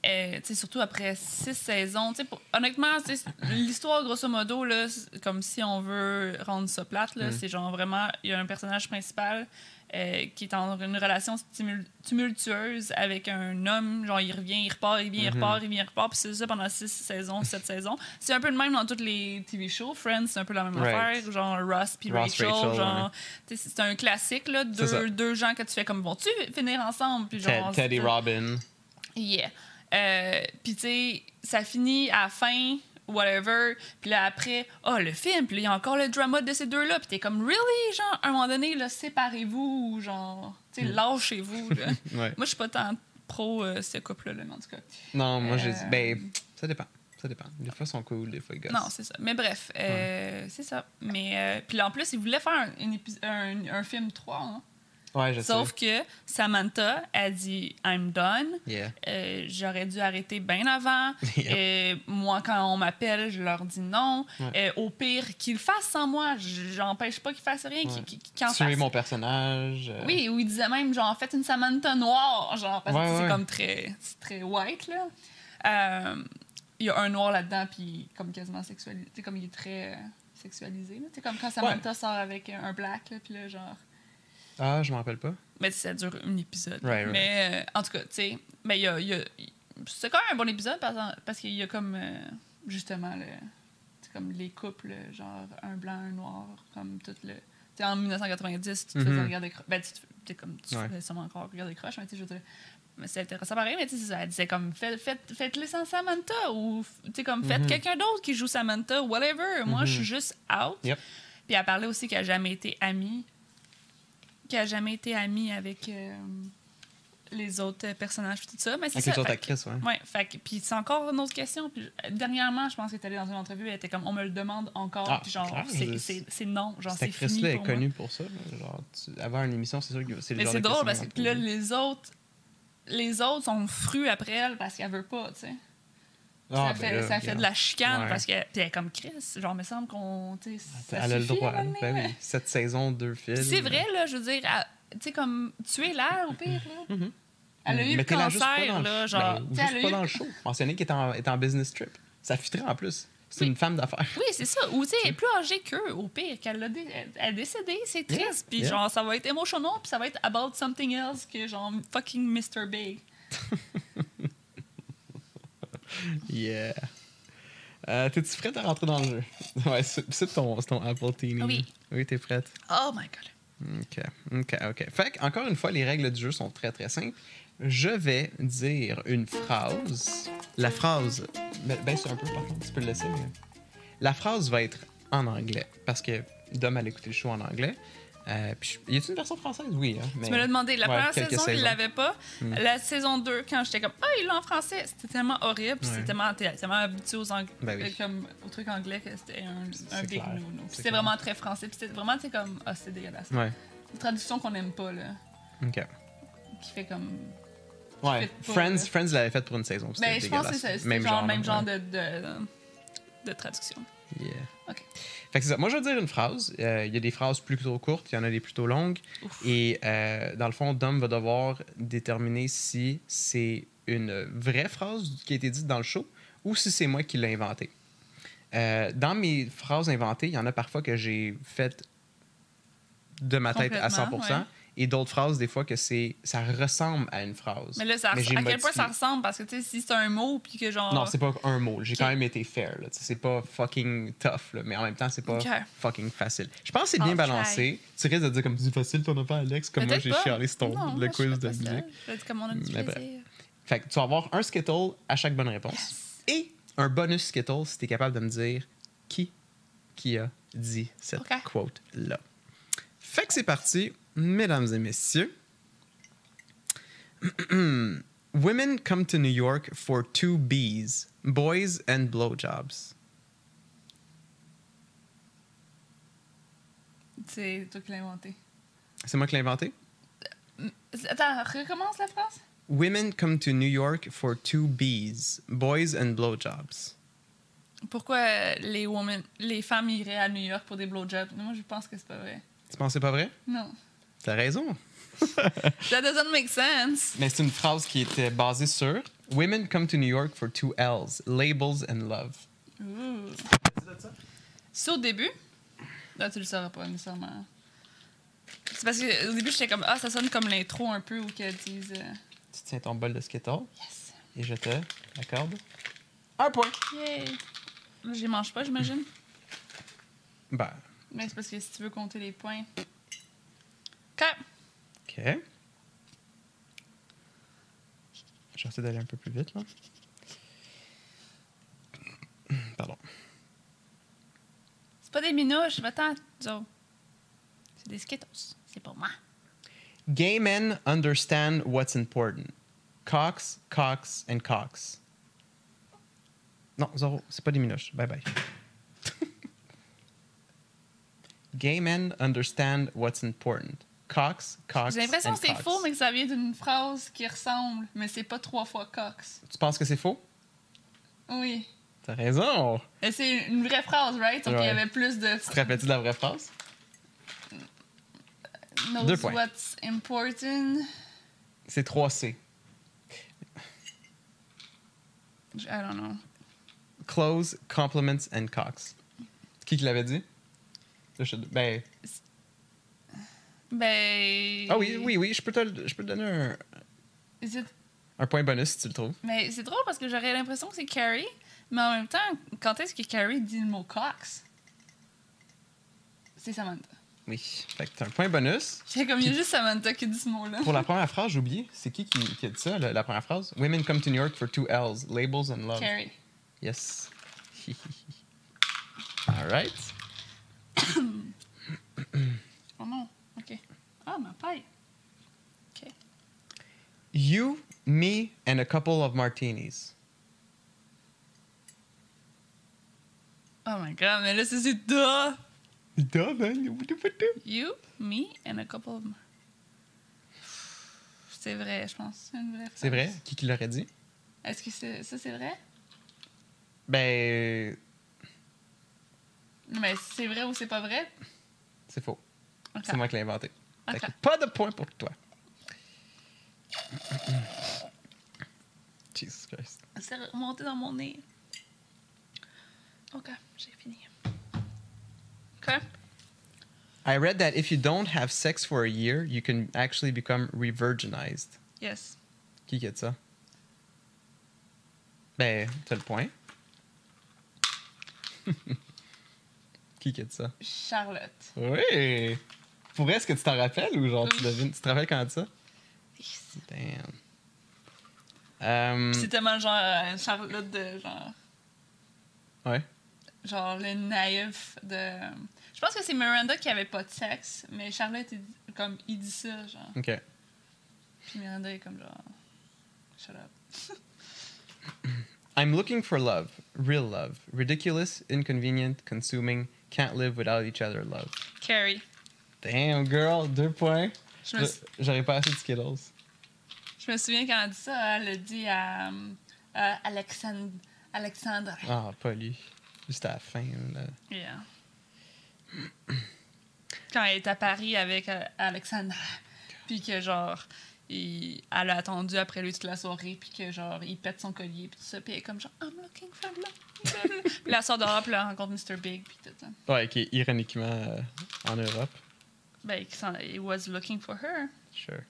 Euh, tu sais, surtout après six saisons. tu sais, pour- honnêtement, tu sais, l'histoire, grosso modo, là, c'est comme si on veut rendre ça plate, là,
Mm.
c'est genre vraiment, il y a un personnage principal euh, qui est en une relation stimul- tumultueuse avec un homme. Genre, il revient, il repart, il revient, il
Mhm.
repart, il revient, il repart. Puis c'est ça pendant six saisons,
[laughs]
sept saisons. C'est un peu le même dans toutes les TV shows. Friends, c'est un peu la même
Right.
affaire. Genre, Ross puis
Ross,
Rachel.
Rachel,
genre, tu sais, c'est un classique, là,
C'est ça.
deux, deux gens que tu fais comme, vont-tu finir ensemble? Puis genre,
Ted- Teddy
c'est-
Robin.
Yeah. Euh, puis tu sais, ça finit à la fin, whatever. Puis là, après, oh, le film, puis là, il y a encore le drama de ces deux-là. Puis t'es comme, really? Genre, à un moment donné, là, séparez-vous, ou genre, tu sais, lâchez-vous, là.
Ouais.
Moi, je suis pas tant pro euh, ce couple-là, là, mais en tout cas.
Non, moi, j'ai dit,
Euh,
ben, ça dépend. Ça dépend. Des fois, ils sont cool, des fois, ils gossent.
Non, c'est ça. Mais bref, euh, c'est ça. Mais, euh, puis là, en plus, ils voulaient faire un, une épis- un- un film 3, hein.
Ouais, je
Sauf que Samantha a dit, I'm done.
sais. Yeah.
Euh, j'aurais dû arrêter bien avant.
[laughs] Yep.
Euh, moi, quand on m'appelle, je leur dis non.
Ouais.
Euh, au pire, qu'ils le fassent sans moi. J- J'empêche pas qu'ils fassent rien. Qu'ils
Ouais.
qu'ils- qu'ils en
Tuer
fassent.
mon personnage. euh,
Oui, ou ils disaient même, genre, faites une Samantha noire. Genre, parce
Ouais,
que c'est
ouais.
comme très, c'est très white, là. Euh, Il y a un noir là-dedans, puis comme quasiment sexualisé. Tu sais, comme il est très euh, sexualisé. là. Tu sais, comme quand Samantha sort avec un black, là, puis là, genre.
Ah, je m'en rappelle pas.
Mais ça dure un épisode.
Right, right.
Mais euh, en tout cas, tu sais, mais il y a, il y a- il- c'est quand même un bon épisode parce, parce qu'il y a comme euh, justement le c'est comme les couples euh, genre un blanc, un noir, comme tout le tu sais en 1990, tu te
Mhm.
faisais regarder cro- ben tu te- t'es comme tu te
Ouais.
faisais sûrement encore regarder croche, mais tu sais je veux dire mais c'est intéressant pareil, mais tu sais, c'est ça, elle disait comme faites, faites, faites-le sans Samantha ou f- tu sais comme faites
Mhm.
quelqu'un d'autre qui joue Samantha, whatever. Moi,
Mhm.
je suis juste out.
Yep.
Puis elle parlait aussi qu'elle n'a jamais été amie. Qu'elle n'a jamais été amie avec euh, les autres euh, personnages, puis tout ça. Mais c'est
Avec
ça.
les autres
fait que-
actrices, hein. ouais.
Ouais, fait que- puis c'est encore une autre question. Puis, euh, dernièrement, je pense qu'elle est allée dans une entrevue, elle était comme on me le demande encore,
Ah,
puis genre,
clair,
c'est-
je-
c'est c'est non, genre, c'est
Cette
fini.
actrice-là est
pour moi.
connue pour ça. là. Genre, tu- avoir une émission, c'est sûr que c'est le
Mais
genre
c'est
de
drôle parce
questions
que là,
qu'on pose.
les autres, les autres sont fruits après elle parce qu'elle veut pas, tu sais. Ça
Ah, ben
fait,
là,
ça fait
regarde.
de la chicane
Ouais.
parce que. Puis elle est comme Chris, genre, me semble qu'on. tu sais, ça
Elle a le
suffit,
droit.
à un moment donné,
Ben
là.
oui. Cette saison, deux films.
C'est vrai, là, je veux dire, elle- tu sais, comme tuer l'air au pire, là.
Mhm.
Elle a eu le
Mettez-la juste pas dans
cancer,
le-
là,
ben,
genre.
ou
tu sais,
juste
elle a
pas
eu-
dans le show. Mentionner qu'elle est en, est en business trip. Ça fitterait en plus. C'est une femme d'affaires.
Oui, c'est ça. Ou, tu
Mm-hmm.
sais, elle est plus âgée qu'eux, au pire, qu'elle l'a dé- elle- elle est décédée, c'est triste. Puis,
yeah.
genre, ça va être émotionnel, puis ça va être about something else que, genre, fucking Mr. Big.
Yeah. Euh, T'es-tu prête à rentrer dans le jeu? [laughs] Ouais, c'est c'est ton, c'est ton Apple Teeny.
Oui.
Oui, t'es prête.
Oh my god.
OK. OK, OK. Fait que, encore une fois, les règles du jeu sont très, très simples. Je vais dire une phrase. La phrase. Ben, baisse un peu, par contre, tu peux le laisser. mais- La phrase va être en anglais, parce que Dom allait écouter le show en anglais. Euh, puis je- y a-t-il une version française? Oui. Hein, mais-
Tu me l'as demandé. La
Ouais,
première
quelques
saison, il
saisons. Mm.
l'avait pas. La saison 2, quand j'étais comme, ah, il l'a en français, c'était tellement horrible. puis
Ouais.
C'était tellement, t'es tellement habitué aux, ang-
Ben oui.
euh, comme, aux trucs anglais que c'était un, un
c'est
big
clair.
no-no. Puis
C'est
C'était
clair.
vraiment très français. Puis c'était vraiment, tu sais, comme, ah, c'est dégueulasse.
Ouais.
Une traduction qu'on aime pas, là.
OK.
[laughs] Qui fait comme.
Ouais.
Faites pas,
Friends,
là.
Friends l'avait faite pour une saison. puis
Ben,
c'était
je pense que
dégueulasse.
c'est ça. C'était genre le même
hein,
genre
ouais.
de, de, de traduction.
Yeah.
OK.
Fait que c'est ça. Moi, je vais dire une phrase. Euh, Il y a des phrases plutôt courtes, il y en a des plutôt longues.
Ouf.
Et euh, dans le fond, Dom va devoir déterminer si c'est une vraie phrase qui a été dite dans le show ou si c'est moi qui l'ai inventée. Euh, dans mes phrases inventées, il y en a parfois que j'ai faites de ma tête à 100
Complètement, ouais.
et d'autres phrases, des fois, que c'est ça ressemble à une phrase.
Mais là, ça,
j'ai
à quel point
modifié.
ça ressemble? Parce que, tu sais, si c'est un mot, puis que genre.
Non, c'est pas un mot. J'ai
Ok.
quand même été fair. là. Tu sais, C'est pas fucking tough, là, mais en même temps, c'est pas
Ok.
fucking facile. Je pense que c'est bien
Ok.
balancé. Tu risques de dire comme c'est facile ton affaire, Alex, comme moi
Peut-être
j'ai
pas.
chialé sur ton
Non,
le
moi, je fais
quiz de
pas ça.
musique.
Je vais dire, comme on a du
Mais bref.
plaisir.
Fait que tu vas avoir un Skittle à chaque bonne réponse.
Yes.
Et un bonus Skittle si tu es capable de me dire qui, qui a dit cette
Ok.
quote-là. Fait que c'est parti, mesdames et messieurs. [clears throat] Women come to New York for two bees, boys and blowjobs.
C'est toi qui l'as inventé.
C'est moi qui l'ai inventé.
Attends, recommence la phrase?
Women come to New York for two bees, boys and blowjobs.
Pourquoi euh, les, women, les femmes iraient à New York pour des blowjobs? Moi, je pense que c'est pas vrai.
Tu penses que c'est pas vrai?
Non.
T'as raison.
That doesn't make sense.
Mais c'est une phrase qui était basée sur Women come to New York for two L's, labels and love.
Ouh. C'est au début? Là, tu le sauras pas nécessairement. C'est parce qu'au début, j'étais comme, ah, ça sonne comme l'intro un peu où qu'elles disent. euh,
Tu tiens ton bol de Skittle
Yes.
et je te l'accorde. Un point.
Yay. Là, je les mange pas, j'imagine.
Ben,
Mais c'est parce que si tu veux compter les points. OK.
OK. J'essaie d'aller un peu plus vite, là. Pardon.
C'est pas des minouches, va-t'en, nous autres. C'est des skittles. C'est pour moi.
Gay men understand what's important. Cox, Cox and Cox. Non, Zoro, c'est pas des minoches. Bye [laughs] bye. Gay men understand what's important. Cox, Cox
J'ai l'impression
and
que c'est
Cox.
faux, mais que ça vient d'une phrase qui ressemble, mais c'est pas trois fois Cox.
Tu penses que c'est faux?
Oui.
T'as raison.
Mais C'est une vraie phrase, right? Donc il y
Ouais.
avait plus de.
Tu te rappelles-tu de la vraie phrase?
Knows
Deux points.
what's important.
C'est 3C.
J- I don't know.
Clothes, compliments and Cox. Qui qui l'avait dit? Là, je- Ben,
Ben.
ah oui, oui, oui, je peux te, le- je peux te donner un,
Is it-
un point bonus si tu le trouves.
Mais c'est drôle parce que j'aurais l'impression que c'est Carrie, mais en même temps, quand est-ce que Carrie dit le mot Cox? C'est Samantha. [laughs]
Oui. Fait que t'as un point bonus.
J'ai comme il y a juste Samantha qui dit ce mot-là. [laughs]
Pour la première phrase, j'ai oublié. C'est qui qui, qui a dit ça, la, la première phrase? Women come to New York for two L's, labels and love.
Carrie.
Yes. [laughs] All right.
Oh non, ok. Ah, ma paille. Ok.
You, me, and a couple of martinis.
Oh my god, mais là, c'est c'est da.
Dumb, hein?
You, me, and a couple of. C'est vrai, je pense. C'est une vraie.
C'est
phrase.
vrai? Qui qui l'aurait dit?
Est-ce que c'est- ça, c'est vrai?
Ben,
Mais c'est vrai ou c'est pas vrai?
c'est faux.
Ok.
C'est moi qui l'ai inventé. Fait que
Ok.
Pas de point pour toi. [clears throat] Jesus Christ.
C'est remonté dans mon nez. OK, j'ai fini. OK.
I read that if you don't have sex for a year, you can actually become re-virginized.
Yes.
Qui qui a dit ça? Ben, t'as le point. [laughs] qui qui a dit ça?
Charlotte.
Oui! Pour vrai, est-ce que tu t'en rappelles ou genre tu
Oui.
devines? Tu te rappelles quand ça? Damn. Um,
C'est tellement genre euh, Charlotte de genre.
ouais.
Genre le naïf de. Je pense que c'est Miranda qui avait pas de sexe, mais Charlotte, il dit- comme, il dit ça, genre.
Ok.
Puis Miranda est comme genre. Shut up.
I'm looking for love, real love, ridiculous, inconvenient, consuming, can't live without each other love.
Carrie.
Damn girl, deux points.
Je me, sou-
Euh, J'aurais pas assez de Skittles.
je me souviens quand elle dit ça, elle le dit à, euh, à Alexandre. Alexandre.
Ah, pas lui. Juste à la fin. Là.
Yeah. Quand elle est à Paris avec euh, Alexandra, puis que genre, il- elle a attendu après lui toute la soirée, puis que genre, il pète son collier, puis tout ça, puis elle est comme genre, I'm looking for love. puis la sort dehors, puis elle rencontre Mr. Big, puis tout ça.
Ouais, qui est ironiquement euh, en Europe.
Ben, il s'en- he was looking for her.
Sure.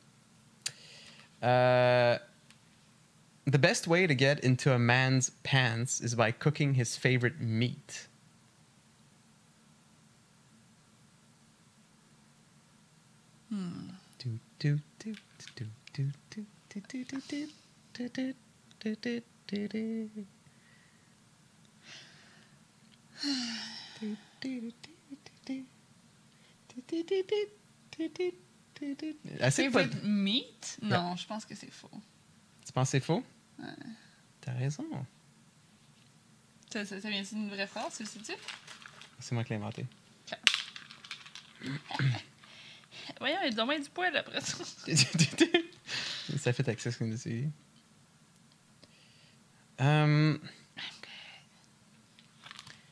Uh, the best way to get into a man's pants is by cooking his favorite meat. Hmm. Do, do, do, do, do, do, do, do, do, do, do, do, do, do, do, do. Do, do, do, do, do, do, do, do, do, do, do, do. Assez de pas-
Favorite meat? Non, je pense que c'est faux.
Tu penses que c'est faux?
Ouais.
T'as raison.
Ça, ça, ça vient d'une vraie phrase, c'est tu
C'est moi qui
[laughs]
l'ai inventé.
Voyons, il doit bien du poil après ça.
ça fait accès ce qu'on a essayé. Um,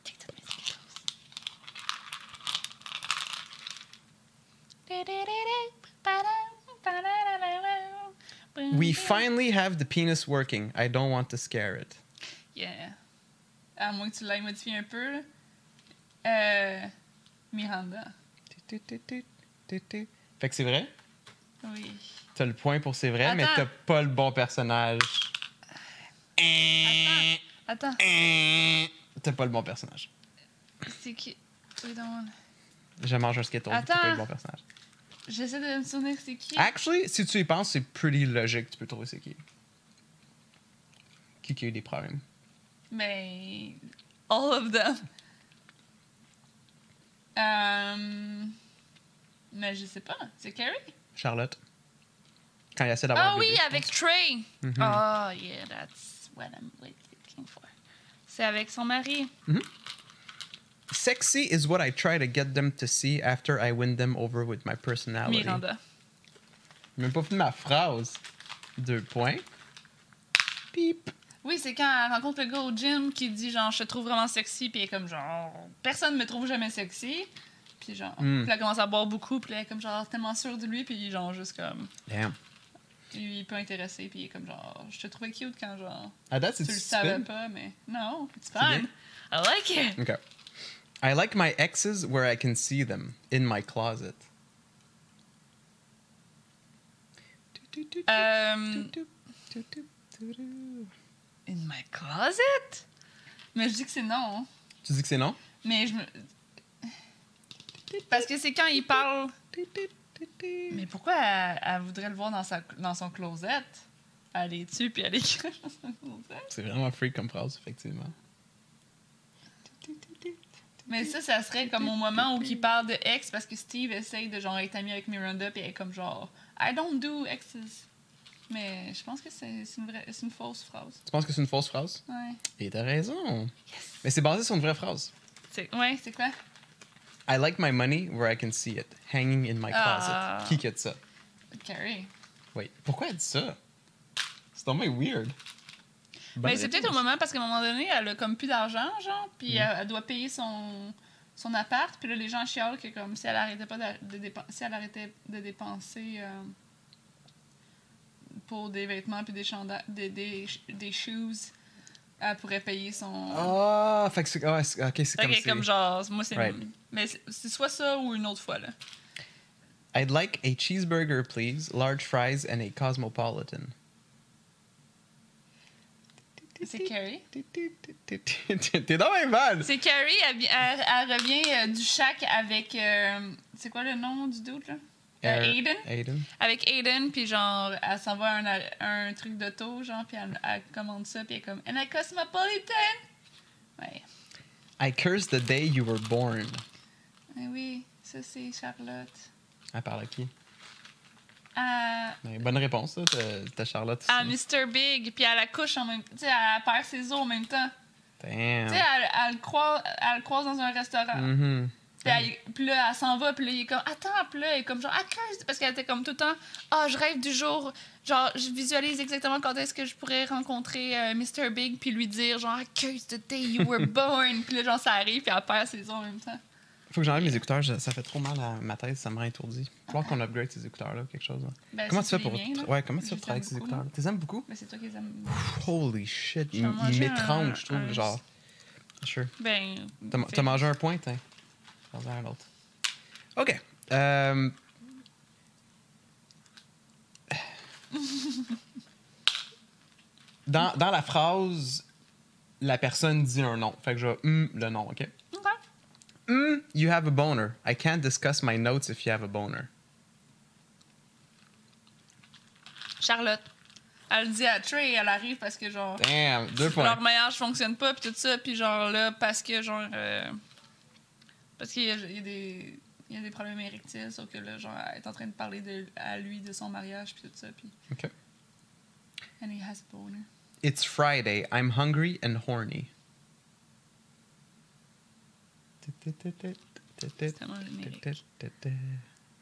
Take the biscuits.
we finally have the penis working. I don't want to scare it.
Yeah. À moins que tu l'aies modifié un peu. là. Euh, Miranda.
Fait que c'est vrai.
Oui.
T'as le point pour c'est vrai, mais
Attends.
t'as pas le bon personnage.
Attends,
T'as pas le bon personnage.
c'est qui. Wait a minute.
Je mange un skittle. T'as pas
Attends.
le bon personnage.
J'essaie de me souvenir c'est qui.
Actually, si tu y penses, c'est pretty logique. Tu peux trouver c'est qui. Qui qui a eu des problèmes.
Mais. All of them. Euh, Mais je sais pas. C'est Carrie?
Charlotte. Quand il essaie d'avoir
Ah
un
oui,
bébé.
avec Trey.
Mhm.
Oh, yeah, that's what I'm looking for. C'est avec son mari.
Sexy is what I try to get them to see after I win them over with my personality.
Miranda.
J'ai Même pas fini ma phrase. Deux points. Pip.
Oui, c'est quand elle rencontre le gars au gym qui dit genre je te trouve vraiment sexy puis elle est comme genre personne me trouve jamais sexy. Puis genre
Mm.
puis là, elle commence à boire beaucoup puis là, elle est comme genre tellement sûre de lui puis genre juste comme
Damn.
lui il est pas intéressé puis il est comme genre je te trouvais cute quand genre
À date, c'est
tu le savais pas mais non, it's fine. I like it.
Ok. I like my exes where I can see them in my closet.
Euh, in my closet. Mais je dis que c'est non. hein.
Tu dis que c'est non?
Mais je me parce que c'est quand il parle Mais pourquoi elle, elle voudrait le voir dans, sa, dans son closet? Elle est dessus puis [laughs] elle est dans son closet.
C'est vraiment freak comme phrase, effectivement.
Mais ça, ça serait comme au moment où il parle de ex parce que Steve essaye de genre être ami avec Miranda puis elle est comme genre I don't do exes. Mais je pense que c'est c'est une, vraie- c'est une fausse phrase.
Tu penses que c'est une fausse phrase?
Ouais.
Et t'as raison. Mais c'est basé sur une vraie phrase.
C'est ouais, c'est quoi?
I like my money where I can see it, hanging in my closet.
Ah.
Qui qui a dit ça?
Carrie.
Wait, pourquoi elle dit ça? C'est dommage weird.
Ben, c'est Mm. peut-être au moment parce qu'à un moment donné, elle a comme plus d'argent, genre, puis elle, elle doit payer son, son appart, puis là, les gens chialent que comme si elle arrêtait pas de, de dépen- si elle arrêtait de dépenser euh, pour des vêtements puis des chandails, des, des, des shoes, elle pourrait payer son.
Ah, fait que c'est. ah, c'est- ok, c'est
Fait
comme,
que
si-
comme genre, moi c'est.
Right.
Mais c'est- c'est soit ça ou une autre fois, là.
I'd like a cheeseburger, please, large fries and a cosmopolitan.
C'est
[laughs]
Carrie.
T'es dans mes balles!
C'est Carrie, elle, vi- elle- elle revient euh, du shack avec. euh, c'est quoi le nom du doute, là? Euh, Aiden?
Er, Aiden.
Avec Aiden, puis genre, elle s'en va à un, à un truc d'auto, genre, puis elle, elle commande ça, puis elle est comme, And a cosmopolitan! Ouais.
I curse the day you were born.
Mais Eh oui, ça c'est Charlotte.
Elle parle à qui?
À,
Ben, bonne réponse, là, t'as- t'as Charlotte ici.
à Mr. Big, puis elle accouche en même temps. Tu sais, elle perd ses os en même temps.
Damn.
Tu sais, elle, elle, le croise, elle le croise dans un restaurant.
Mhm.
Puis, elle- puis là, elle s'en va, puis là, il est comme, attends, puis là, elle est comme genre, ah, curse! Parce qu'elle était comme tout le temps, ah, je rêve du jour, genre, je visualise exactement quand est-ce que je pourrais rencontrer euh, Mr. Big, puis lui dire, genre, ah, curse the day you [laughs] were born, puis là, genre, ça arrive, puis elle perd ses os en même temps.
Faut que j'enlève mes écouteurs, je- ça fait trop mal à ma tête, ça me rend étourdi. Faut voir qu'on upgrade ces écouteurs-là ou quelque chose. là.
Ben,
comment tu
ça,
fais pour.
c'est les miens, là.
ouais, comment tu
Je
fais pour
les
travailler
aime
avec ces
beaucoup,
écouteurs-là? Tu les aimes beaucoup?
Ben, c'est toi qui les aimes.
Holy shit,
Je
ils
t'en
ils
mangeais un-
m'étranglent, je trouve.
un-
Genre. Sure.
Ben.
T'as
fait-
t'as mangé un point, t'as. J'en ai un autre. OK.
[laughs]
Euh, Dans, dans la phrase, la personne dit un nom. Fait que je vais Hum le nom, OK?
Ok.
Mm, you have a boner. I can't discuss my notes if you have a boner.
Charlotte. Elle dit à Trey, elle arrive parce que, genre,
Damn, deux points.
leur mariage fonctionne pas, puis tout ça, puis genre, là, parce que, genre. euh, parce qu'il y, a- il y a des. Il y a des problèmes érectiles, sauf que là, genre, elle est en train de parler de, à lui de son mariage, puis tout ça, puis.
OK.
And he has a boner.
It's Friday. I'm hungry and horny.
C'est tellement générique.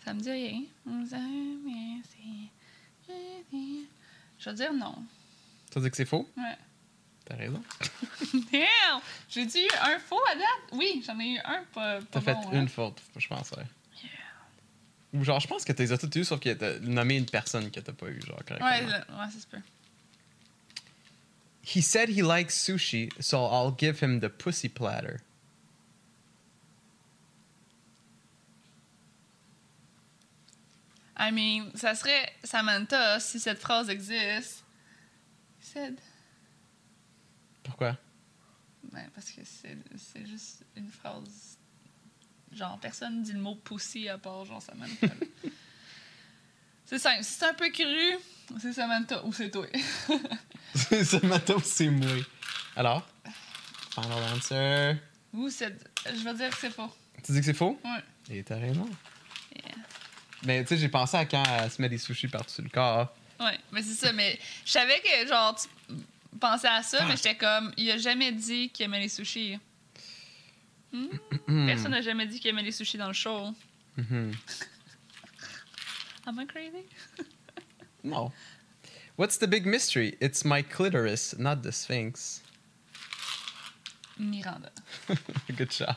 Ça me dit rien. On vous aime, mais c'est- Je veux dire non.
Ça dit que c'est faux?
Ouais. [laughs]
T'as raison.
Damn! J'ai-tu eu un faux à date? Oui, j'en ai eu un, pas, pas
T'as fait
bon, hein.
une faute, je pense, ouais. Ou genre, je pense que t'es as toutes eues, sauf que t'as nommé une personne que t'as pas eu, genre, correctement.
Ouais, là, ouais, ça se peut.
He said he likes sushi, so I'll give him the pussy platter.
I mean, ça serait Samantha si cette phrase existe. Sid. [laughs]
Pourquoi?
Ben, parce que c'est c'est juste une phrase. Genre, personne dit le mot pussy à part genre Samantha. là. [laughs] c'est simple. Si c'est un peu cru, c'est Samantha ou c'est toi. [laughs]
Ce matin, c'est moué. Alors? Final answer.
ou c'est. Je veux dire que c'est faux.
Tu dis que c'est faux?
Ouais.
Et t'as raison.
Yeah.
Mais tu sais, j'ai pensé à quand elle se met des sushis par-dessus le corps.
Ouais, mais c'est ça. Mais je savais que, genre, tu pensais à ça, mais j'étais comme, il a jamais dit qu'il aimait les sushis. Hmm? Personne n'a jamais dit qu'il aimait les sushis dans le show.
Mhm.
[laughs] Am I crazy?
No. What's the big mystery? It's my clitoris, not the sphinx. [laughs]
Miranda.
Good job.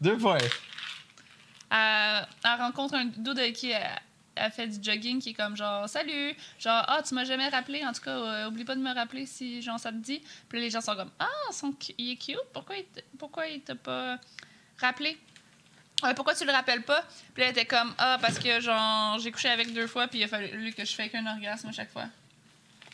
Deux points.
Elle, Euh, elle rencontre un dude avec qui elle, elle fait du jogging qui est comme genre salut genre ah tu m'as jamais rappelé en tout cas euh, oublie pas de me rappeler si genre ça te dit puis là, les gens sont comme ah son cu- il est cute pourquoi il t- pourquoi il t'a pas rappelé Ah, pourquoi tu le rappelles pas puis là, elle était comme ah parce que genre j'ai couché avec deux fois puis il a fallu que je fasse qu'un orgasme à chaque fois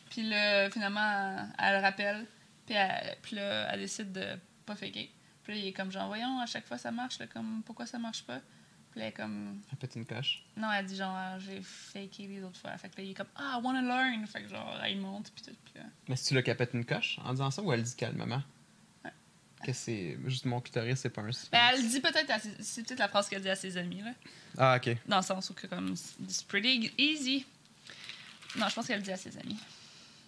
puis là finalement elle, elle le rappelle puis, elle- puis là elle décide de pas faker puis là, il est comme genre voyons à chaque fois ça marche là, comme pourquoi ça marche pas puis là, elle est comme
Elle pète une coche.
non, elle dit genre, Ah, j'ai faké les autres fois. Fait que là, il est comme, ah, I wanna learn. Fait que genre, elle monte, puis tout. Puis là,
Mais c'est-tu là qu'elle pète une coche en disant ça ou elle dit calmement? Que c'est juste mon clitoris, c'est pas un sphinx.
Ben, elle le dit peut-être, à ses- c'est peut-être la phrase qu'elle dit à ses amis, là.
Ah, ok.
Dans le sens où, que, comme, it's pretty easy. Non, je pense qu'elle le dit à ses amis.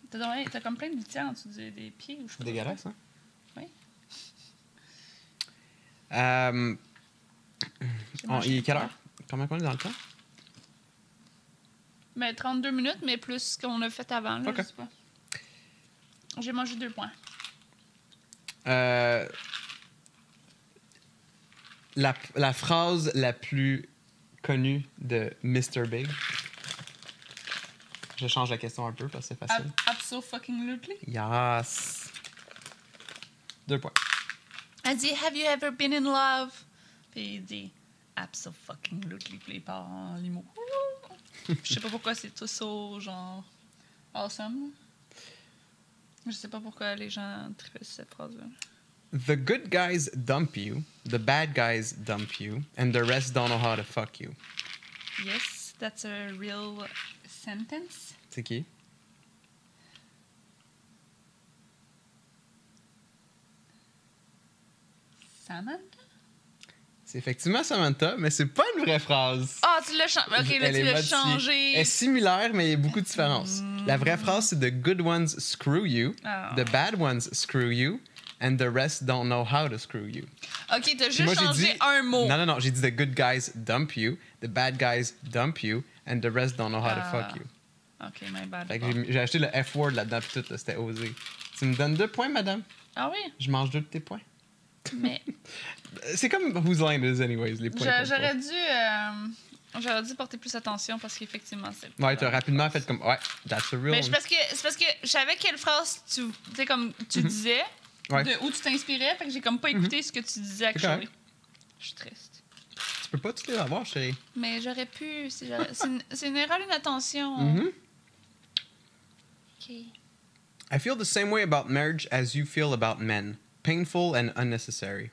T'as donc- t'as comme plein de litières en dessous des, des pieds ou je sais pas.
Dégueulasse, hein?
Oui.
Euh,
J'ai
on- il
mangé.
est quelle heure? Combien qu'on est dans le temps?
Ben, Mais 32 minutes, mais plus ce qu'on a fait avant, là.
Ok.
Je sais pas. J'ai mangé deux points.
Euh, la, la phrase la plus connue de Mr. Big. Je change la question un peu parce que c'est facile.
Absolutely. Ah.
Yes. Deux points.
Elle dit Have you ever been in love? Puis il dit Absolutely. Puis il part en limo. Je sais pas pourquoi c'est tout ça, genre. Awesome. Je sais pas pourquoi les gens trippent sur cette phrase-là.
The good guys dump you, the bad guys dump you, and the rest don't know how to fuck you.
Yes, that's a real sentence.
C'est qui?
Samantha?
C'est effectivement Samantha, mais c'est pas une vraie phrase.
Ah, tu l'as changé. Ok, là,
Elle
tu
est
l'as
modifiée. Elle
changé.
est similaire, mais il y a beaucoup de différences. La vraie phrase, c'est The good ones screw you,
Ah.
the bad ones screw you, and the rest don't know how to screw you.
Ok, t'as
Puis
juste changé un mot.
Non, non, non, j'ai dit The good guys dump you, the bad guys dump you, and the rest don't know how to
Ah.
fuck you.
Ok, my bad.
Fait que j'ai- j'ai acheté le F-word là-dedans, puis tout, là, c'était osé. Tu me donnes deux points, madame.
Ah oui,
Je mange deux de tes points. [laughs]
mais
Euh, C'est comme Whose Line It Is Anyways, les points.
j'a-
comptent pas.
j'aurais dû. euh, J'aurais dû porter plus attention parce qu'effectivement, c'est.
Ouais, t'as rapidement fait comme, ouais, that's a real
Mais c'est
one.
parce que c'est parce que je savais quelle phrase tu tu sais comme tu disais
Mm-hmm. Ouais. Mm-hmm.
de où tu t'inspirais, fait que j'ai comme pas écouté ce que tu disais actually.
correct.
Je suis triste.
Tu peux pas toutes les avoir, chérie.
Mais j'aurais pu si j'aurais- c'est une, c'est une erreur d'inattention.
Mhm.
OK.
I feel the same way about marriage as you feel about men. Painful and unnecessary.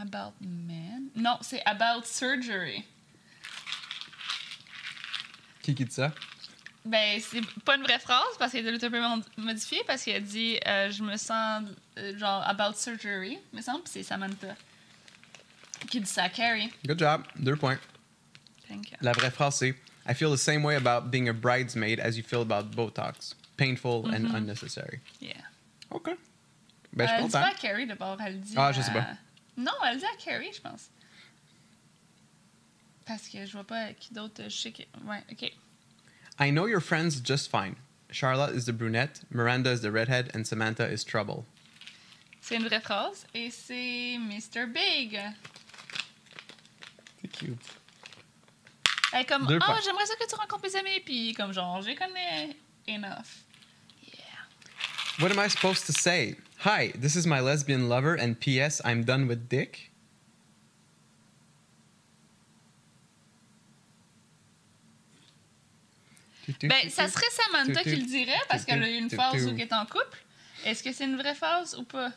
About men. Non, c'est about surgery.
Qui qui dit ça?
Ben, c'est pas une vraie phrase parce qu'elle a été un peu modifiée parce qu'elle dit euh, Je me sens euh, genre about surgery, me semble, puis c'est Samantha qui dit ça à Carrie.
Good job. Deux points.
Thank you.
La vraie phrase, c'est I feel the same way about being a bridesmaid as you feel about Botox. Painful
Mm-hmm.
and unnecessary.
Yeah.
OK. Ben, je
elle
suis
dit Euh, pas
content.
à Carrie d'abord, elle dit.
Ah, je sais
à-
pas.
euh, Non, elle dit à Carrie, je pense. Parce que je vois pas qui d'autre. euh, Je sais que. Ouais, ok.
I know your friends just fine. Charlotte is the brunette, Miranda is the redhead, and Samantha is trouble.
C'est une vraie phrase et c'est Mr. Big.
C'est cute.
Elle est comme
Deux
Ah,
fois.
j'aimerais ça que tu rencontres mes amis. Puis il est comme genre, je les connais enough. Yeah.
What am I supposed to say? Hi, this is my lesbian lover, and P.S. I'm done with dick.
Ben, ça serait Samantha
tu-
qui le dirait parce
tu-
qu'elle a eu une
tu-
phase
tu-
où elle est en couple. Est-ce que c'est une vraie phrase ou pas?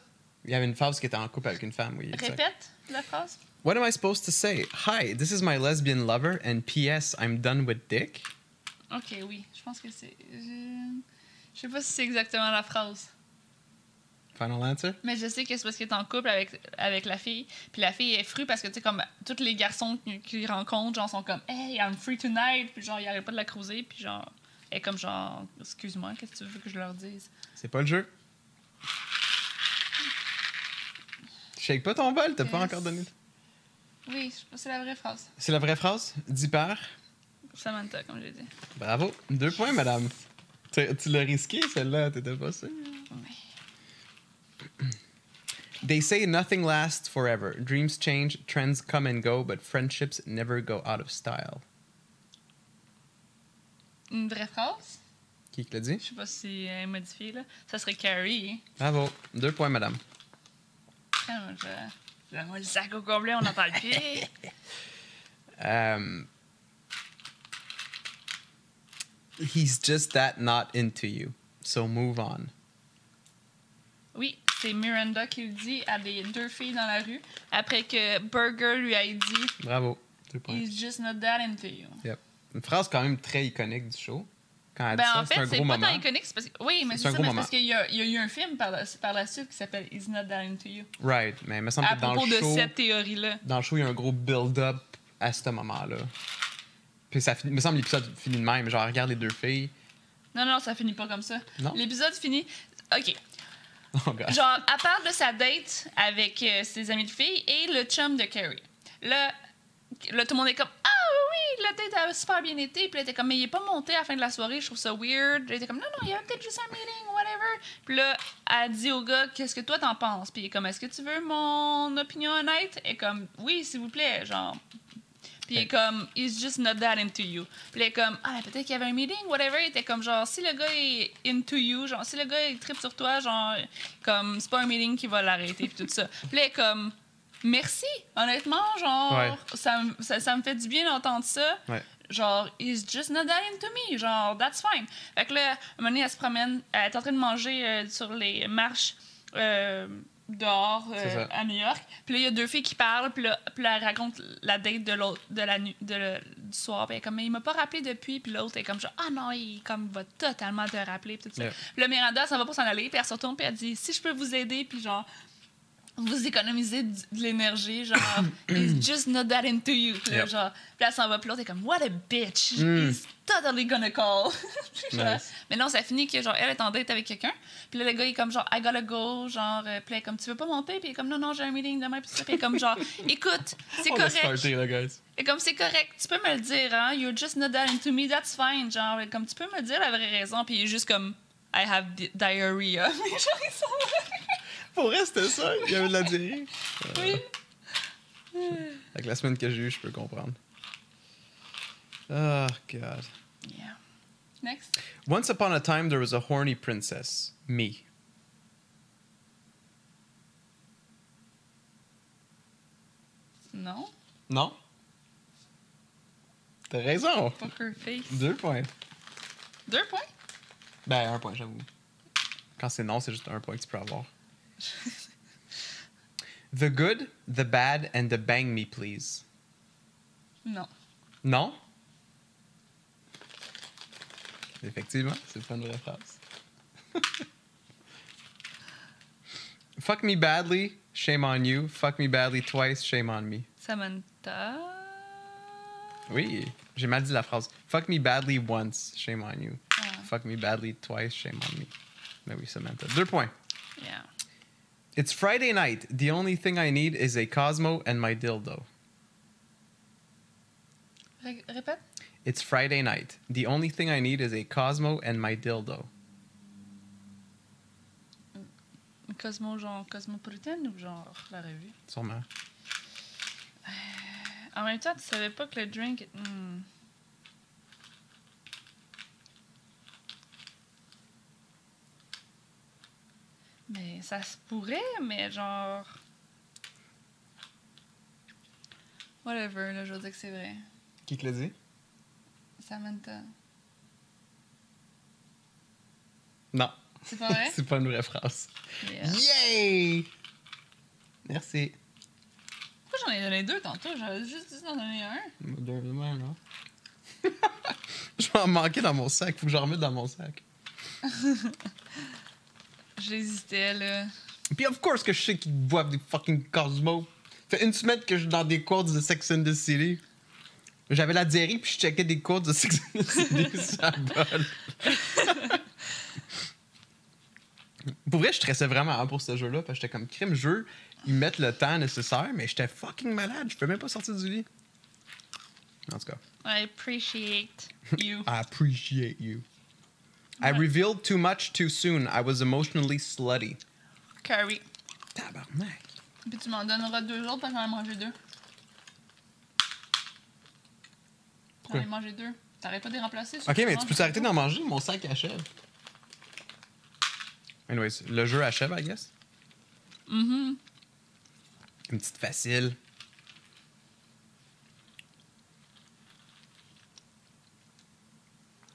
Il y avait une phrase qui était en couple avec une femme, oui. exact.
Répète la phrase.
What am I supposed to say? Hi, this is my lesbian lover, and P.S. I'm done with dick.
Ok, oui. Je pense que c'est. Je je sais pas si c'est exactement la phrase.
Final answer?
Mais je sais que c'est parce qu'il est en couple avec, avec la fille. Puis la fille est frue parce que, tu sais, comme tous les garçons qu'il qu'il rencontre, genre, sont comme Hey, I'm free tonight. Puis genre, il arrête pas de la croiser. Puis genre, elle est comme genre, excuse-moi, qu'est-ce que tu veux que je leur dise?
C'est pas le jeu. Shake pas ton bol, t'as pas
Yes.
encore donné.
Oui, je pense que c'est la vraie phrase.
C'est la vraie phrase? Dis par.
Samantha, comme j'ai dit.
Bravo. Deux points, madame. Tu, tu l'as risqué, celle-là, t'étais pas sûr. They say nothing lasts forever. Dreams change, trends come and go, but friendships never go out of style.
Une vraie phrase?
Qui te l'a dit?
Je sais pas si elle est modifiée, là. Ça serait Carrie. hein.
Bravo. Deux points, madame.
Ah, moi, je- je- moi, le sac au complet, on en parle plus.
Um, he's just that not into you, so move on.
[laughs] Oui, c'est Miranda qui le dit à des deux filles dans la rue après que Burger lui ait dit
Bravo. Deux points.
He's just not that into you.
Yep. Une phrase quand même très iconique du show. Quand elle
Ben,
dit ça,
en
c'est un
fait, c'est
gros
pas
moment.
tant iconique. c'est Parce que, oui, mais
C'est
c'est
un
ça,
gros
mais c'est
moment.
parce qu'il y, a- il y a eu un film par la, par la suite qui s'appelle Is Not That Into You.
Right, mais il me semble
À
que dans
propos
le
de
show...
cette théorie-là.
dans le show, il y a un gros build-up à ce moment-là. Puis ça finit, me semble l'épisode finit de même. Genre, regarde les deux filles. [laughs]
Non, non, ça finit pas comme ça.
Non?
L'épisode finit. OK.
Oh, God.
Genre, à part de sa date avec euh, ses amis de filles et le chum de Carrie. Là, là, tout le monde est comme Ah oui, oui, là, la date a super bien été. Puis là, elle était comme, mais il est pas monté à la fin de la soirée, je trouve ça weird. J'étais comme, non, non, il y avait peut-être juste un meeting, whatever. Puis là, elle dit au gars, qu'est-ce que toi t'en penses? Puis il est comme, est-ce que tu veux mon opinion honnête? Et comme, oui, s'il vous plaît, genre. Puis il est comme, he's just not that into you. Puis il est comme, ah, ben, peut-être qu'il y avait un meeting, whatever. Il était comme, genre, si le gars est into you, genre, si le gars il tripe sur toi, genre, comme, c'est pas un meeting qui va l'arrêter, puis tout ça. Puis là, il est comme, merci, honnêtement, genre,
Ouais.
ça, me- ça, ça me fait du bien d'entendre ça.
Ouais.
Genre, he's just not that into me. Genre, that's fine. Fait que là, à un moment donné, elle se promène, elle est en train de manger euh, sur les marches euh, dehors euh,
C'est ça.
à New York. Puis là, il y a deux filles qui parlent, puis là, puis là, elle raconte la date de l'autre, de la nuit, de le- du soir. Puis elle est comme, mais il m'a pas rappelé depuis. Puis l'autre est comme, genre, ah non, il comme, va totalement te rappeler. Puis tout ça.
Yeah.
Puis là, Miranda, ça va pour s'en aller, puis elle se retourne, puis elle dit, si je peux vous aider, puis genre, vous économisez du- de l'énergie, genre,
[coughs]
it's just not that into you. Puis là,
Yep.
genre, puis là, elle s'en va, puis l'autre est comme, what a bitch,
Mm.
he's totally gonna call. [laughs] Genre,
Nice.
Mais non, ça finit que, genre, elle est en date avec quelqu'un, puis là, le gars, il est comme, genre, I gotta go, genre, euh, puis elle est comme, tu veux pas monter, puis il est comme, non, non, j'ai un meeting demain, puis ça, puis elle est comme,
[laughs]
genre, écoute, c'est
On a
correct.
starté, là, guys.
Et comme c'est correct, tu peux me le dire, hein? You're just not that into me, that's fine. Genre, comme tu peux me dire la vraie raison, puis il est juste comme I have di- diarrhea. [laughs] Mais genre, ils sont
Pour vrai, c'était ça. Il y avait de la diarrhée.
Oui.
Avec la semaine que j'ai eue, je peux comprendre. Oh, God.
Yeah. Next.
Once upon a time, there was a horny princess. Me.
Non?
Non? T'as raison.
Poker face.
Deux points.
Deux points?
Ben, un point, j'avoue.
Quand c'est non, c'est juste un point que tu peux avoir. [laughs] the good, the bad, and the bang me, please.
Non.
Non? Effectivement, c'est pas une vraie phrase. [laughs] Fuck me badly, shame on you. Fuck me badly twice, shame on me.
Samantha.
Oui, j'ai mal dit la phrase. Fuck me badly once, shame on you.
Ah.
Fuck me badly twice, shame on me. Mais oui, Samantha. Deux points.
Yeah.
It's Friday night. The only thing I need is a Cosmo and my dildo.
Ré- répète?
It's Friday night. The only thing I need is a Cosmo and my dildo.
Cosmo, genre Cosmopolitan ou genre la revue?
Sûrement.
En même temps, tu savais pas que le drink. hmm. Mais ça se pourrait, mais genre. Whatever, là, je veux dire que c'est vrai.
Qui te l'a dit?
Samantha.
Non.
C'est pas vrai?
[laughs] c'est pas une vraie phrase.
Yeah.
Yay! Merci.
Pourquoi j'en ai donné deux tantôt? J'avais juste dit d'en donner un.
Deux de même, hein?
[laughs] Je vais en manquer dans mon sac. Faut que j'en remette dans mon sac.
J'hésitais, là.
Puis, of course, que je sais qu'ils boivent des fucking Cosmo. Ça fait une semaine que je suis dans des cours de Sex and the City. J'avais la diarrhée, puis je checkais des cours de Sex and the City sur la balle. Pour vrai, je stressais vraiment hein, pour ce jeu-là, parce que j'étais comme crime jeu. Ils mettent le temps nécessaire, mais j'étais fucking malade. Je peux même pas sortir du lit. En tout cas,
I appreciate you.
I appreciate you. I
Ouais.
revealed too much too soon. I was emotionally slutty.
Curry.
Tabarnak.
Puis tu m'en donneras deux autres parce que j'en ai mangé deux. J'en
Pourquoi?
ai mangé deux. T'arrêtes pas de les remplacer.
Ok, mais tu
manges
peux t'arrêter
deux.
d'en manger, mon sac achève. Anyways, le jeu achève, I guess.
Mhm.
Une petite facile.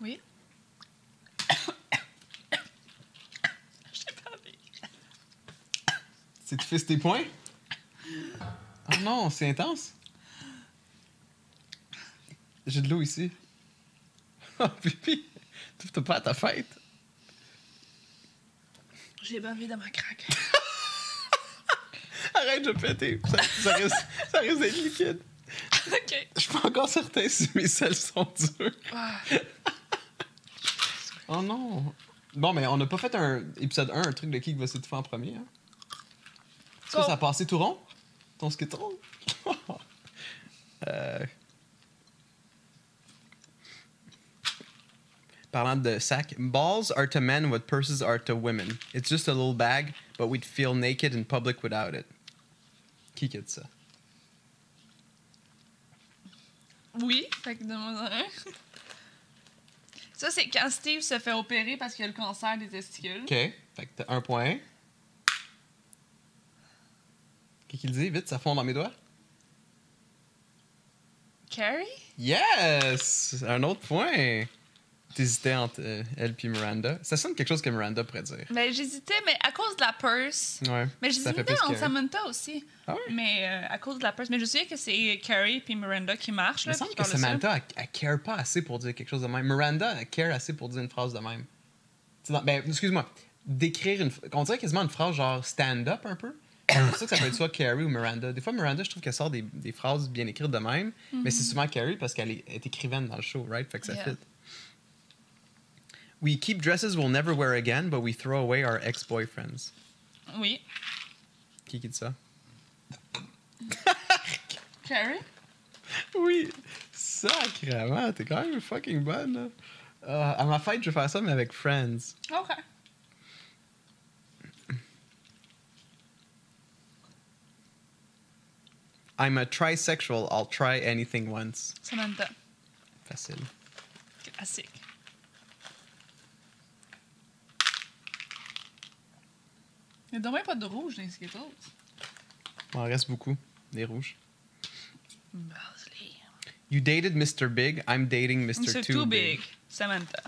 Oui. Je t'ai parlé.
C'est tu fais tes points? Ah non, c'est intense. J'ai de l'eau ici. [laughs] Oh, pipi, tu t'es pas à ta fête.
J'ai bavé dans ma
[laughs]
craque.
Arrête, je vais péter. Ça, ça risque, ça risque d'être liquide.
ok.
Je suis pas encore certain si mes selles sont dures.
Ah.
Oh non. Bon, mais on n'a pas fait un épisode 1, un truc de qui va se tout faire en premier. Hein? Est-ce que
Go.
ça a passé tout rond? [laughs] Ton skittron? euh... Parlant de sac, balls are to men what purses are to women. It's just a little bag, but we'd feel naked in public without it. Qui qui a dit ça?
Oui, fait que demande un. Ça, c'est quand Steve se fait opérer parce qu'il a le cancer des testicules.
Ok, fait que t'as un point. Qui qui le dit? Vite, ça fond dans mes doigts.
Carrie?
Yes! Un autre point! T'hésitais entre euh, elle puis Miranda. Ça sonne quelque chose que Miranda pourrait dire.
Ben, j'hésitais, mais à cause de la purse.
Ouais.
Mais
ça fait
j'hésitais
plus
entre
que-
Samantha aussi.
Ah ouais?
Mais euh, à cause de la purse. Mais je sais que c'est Carrie puis Miranda qui marchent.
Il me
Là,
semble
puis
que
qui parlent de ça.
Samantha, elle, elle care pas assez pour dire quelque chose de même. Miranda, elle care assez pour dire une phrase de même. Tu sais, dans- ben, excuse-moi. D'écrire une. On dirait quasiment une phrase genre stand-up un peu. C'est pour ça que ça peut être soit Carrie ou Miranda. Des fois, Miranda, je trouve qu'elle sort des, des phrases bien écrites de même, mais c'est souvent Carrie parce qu'elle est, elle est écrivaine dans le show, right? Fait que ça
Mhm. Yeah.
fit. We keep dresses we'll never wear again, but we throw away our ex-boyfriends.
Oui.
Qui qui
[laughs]
dit ça?
Carrie?
Oui, sacrément, t'es quand même fucking bonne. Là. Euh, à ma fête, je vais faire ça, mais avec Friends.
OK.
I'm a trisexual, I'll try anything once.
Samantha.
Facile.
Classique. Il n'y a donc bien pas de rouge dans les Skittles.
Il en reste beaucoup, des rouges.
Bosley.
You dated Mr. Big, I'm dating Mr.
Mr.
Too, Big.
Samantha.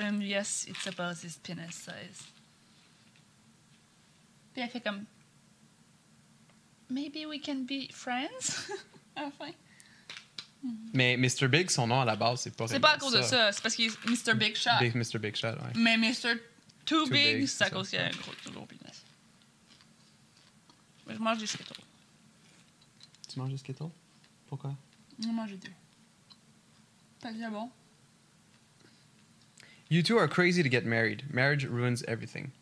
Um, yes, it's about his penis size. Puis elle fait comme. Maybe we can be friends? [laughs] enfin.
Mais Mr. Big, son nom à la base, c'est pas
C'est pas à cause de ça, c'est parce qu'il est Mr. Big Shot.
Big, Mr. Big Shot, ouais.
Mais Mr. Too,
Too
Big,
big,
c'est à
c'est
cause
ça.
qu'il a un gros, gros penis. Mais Je mange des Skittles.
Tu manges des Skittles? Pourquoi?
Je mange deux. Pas bien bon.
You two are crazy to get married. Marriage ruins everything.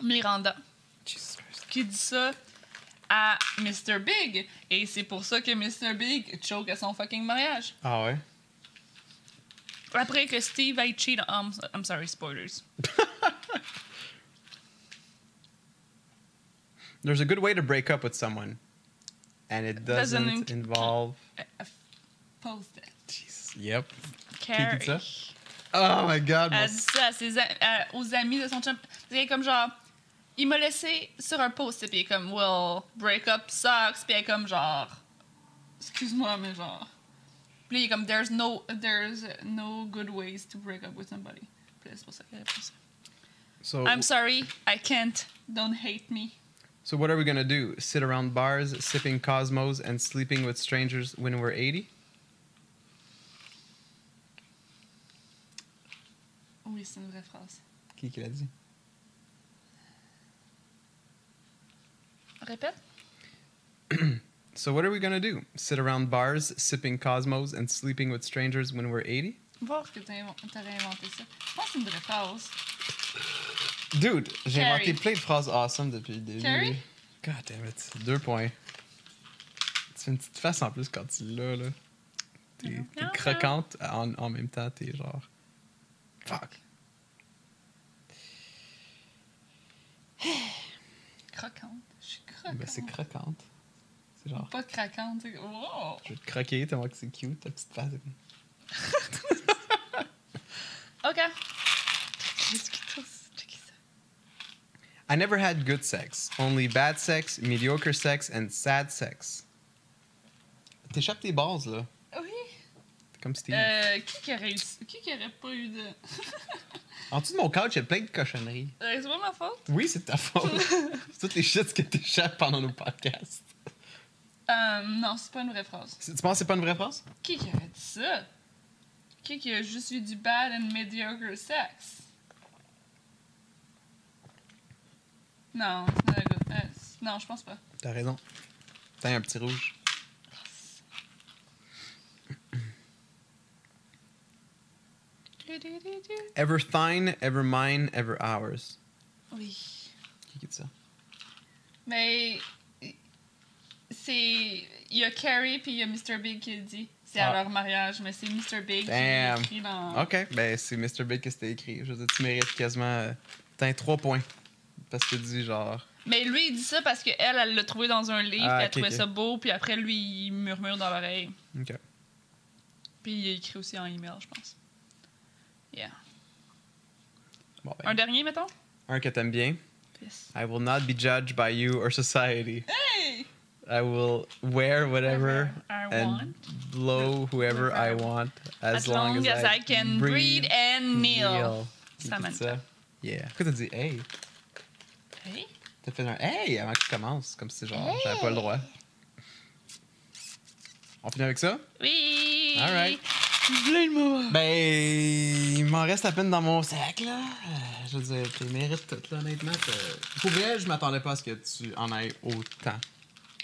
Miranda.
Jesus Christ.
qui dit ça à Mr. Big. Et c'est pour ça que Mr. Big choke à son fucking mariage.
Ah ouais?
Après que Steve aille cheat on... I'm sorry, spoilers.
There's a good way to break up with someone, and it doesn't,
Doesn't inc-
involve.
Post that.
Jeez. Yep.
Carrie.
dit ça? Oh my God. mon-
Elle dit ça à ses a- à- aux amis de son chum. C'est comme genre... Il m'a laissé sur un post et puis il est comme well break up sucks puis elle est comme genre excuse-moi mais genre puis il est comme there's no there's no good ways to break up with somebody puis c'est pour ça qu'elle répond ça.
So,
I'm sorry, I can't. Don't hate me.
so what are we gonna do? Sit around bars, sipping cosmos, and sleeping with strangers when we're 80?
Oh Oui, c'est une vraie phrase.
Qui qui l'a dit?
Répète.
So what are we gonna do? Sit around bars, sipping cosmos, and sleeping with strangers when we're 80?
Voir que t'as invo- t'as réinventé ça. Je pense que c'est une vraie phrase.
Dude, j'ai
Carrie.
inventé plein de phrases awesome depuis le début.
Carrie?
God damn it. Deux points. Tu fais une petite face en plus quand tu l'as, là. T'es
Non.
t'es
Non,
croquante en, en même temps, t'es genre. Fuck.
Croquante. Je suis croquante.
Ben, c'est croquante. C'est genre.
Pas craquante. c'est- Wow.
Je vais te croquer tellement que c'est cute, ta petite face.
OK. J'ai dit quelque chose. Checker ça.
I never had good sex. Only bad sex, mediocre sex, and sad sex. T'échappes tes bases, là.
Oui.
T'es comme Steve.
Euh, qui qui aurait eu... Qui qui aurait pas eu de... [laughs]
En dessous de mon couch, il y a plein de cochonneries.
Euh, c'est pas ma faute.
[laughs] Oui, c'est de ta faute.
[laughs]
c'est toutes les shits que t'échappes pendant nos podcasts.
Euh, non, c'est pas une vraie phrase.
C'est- Tu penses que c'est pas une vraie phrase?
Qui qui aurait dit ça? Qui qui a juste eu du bad and mediocre sex? Non, c'est not a good- euh, c'est- non, je pense pas.
T'as raison. T'as un petit rouge. Ever thine, ever mine, ever ours.
Oui.
Qui qui dit ça?
Mais c'est il y a Carrie puis il y a Mr Big qui le dit. C'est c'était à leur mariage, mais c'est Mr. Big qui l'a
Damn.
écrit dans.
OK. Ben, c'est Mr. Big que c'était écrit. Je veux dire, tu mérites quasiment. euh, T'as un 3 points. Parce que tu dis genre.
Mais lui, il dit ça parce qu'elle, elle l'a trouvé dans un livre,
Ah,
puis elle
ok,
trouvait
ok.
ça beau, puis après, lui, il murmure dans l'oreille.
OK.
Puis il a écrit aussi en email, je pense. Yeah.
Bon,
Un
ben,
dernier, mettons?
un que t'aimes bien.
Yes.
I will not be judged by you or society.
Hey!
I will wear whatever
I
and
want.
blow whoever I want as,
As long as I can breathe and kneel.
Ça
Samantha.
Yeah. Pourquoi t'as dit hey?
Hey?
T'as fait un hey avant que tu commences, comme si genre j'avais pas le droit. On finit avec ça?
Oui!
All right. Ben, il m'en reste à peine dans mon sac, là. Euh, Je veux dire, tu mérites tout, là, honnêtement. t'as- Pour vrai, je m'attendais pas à ce que tu en ailles autant.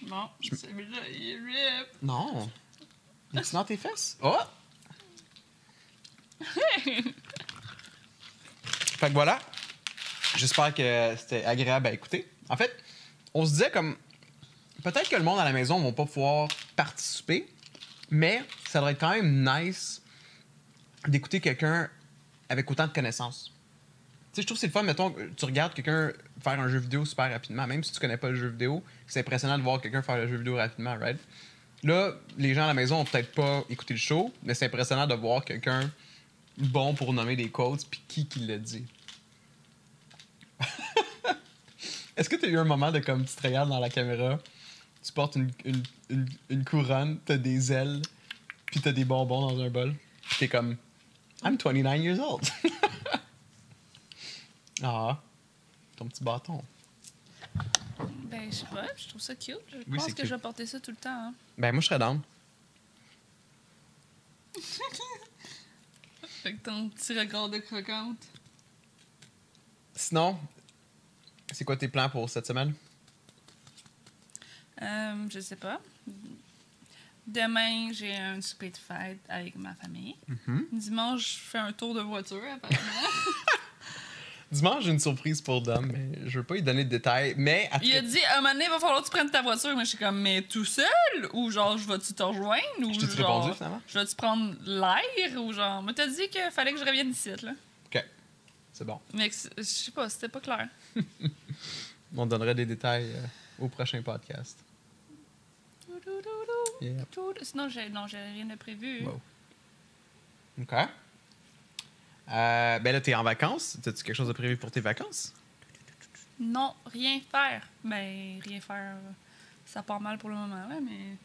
Bon, celui-là, il rip.
Non. Es-tu dans tes fesses? Oh! fait que voilà. J'espère que c'était agréable à écouter. En fait, on se disait comme. Peut-être que le monde à la maison ne va pas pouvoir participer, mais ça devrait être quand même nice d'écouter quelqu'un avec autant de connaissances. Tu sais, je trouve que c'est le fun, mettons, tu regardes quelqu'un faire un jeu vidéo super rapidement, même si tu connais pas le jeu vidéo, c'est impressionnant de voir quelqu'un faire le jeu vidéo rapidement, right? Là, les gens à la maison ont peut-être pas écouté le show, mais c'est impressionnant de voir quelqu'un bon pour nommer des quotes puis qui qui l'a dit. [laughs] Est-ce que t'as eu un moment de comme tu te regardes dans la caméra, tu portes une, une, une, une couronne, t'as des ailes, puis t'as des bonbons dans un bol, puis t'es comme I'm 29 years old. [laughs] ah, ton petit bâton.
Ben, je sais pas, je trouve ça cute. Je
Oui,
pense
c'est
que
cute.
je vais porter ça tout le temps. [laughs] hein.
Ben moi je serais down.
Fait que ton petit regard de croquante.
Sinon, c'est quoi tes plans pour cette semaine?
Euh, je sais pas. Demain, j'ai un souper de fête avec ma famille.
Mm-hmm.
Dimanche, je fais un tour de voiture, [laughs] apparemment.
Dimanche, j'ai une surprise pour Dom, mais je veux pas lui donner de détails. Mais à
Il a
très-
dit, à un moment donné, il va falloir que tu prennes ta voiture. Mais je suis comme, mais tout seul? Ou genre, je vais-tu te rejoindre? Ou
Je t'ai-tu
genre,
répondu, finalement?
Je vais-tu prendre l'air? Ou genre, mais t'as dit qu'il fallait que je revienne d'ici, là.
Ok, c'est bon.
Mais que c'est- je sais pas, c'était pas clair.
On donnerait des détails euh, au prochain podcast. Yeah.
Tout- Sinon, j'ai non, j'ai rien de prévu.
Wow. Ok. Euh, ben là, t'es en vacances. T'as-tu quelque chose de prévu pour tes vacances?
Non, rien faire. Ben, rien faire, euh, ça part mal pour le moment, là, mais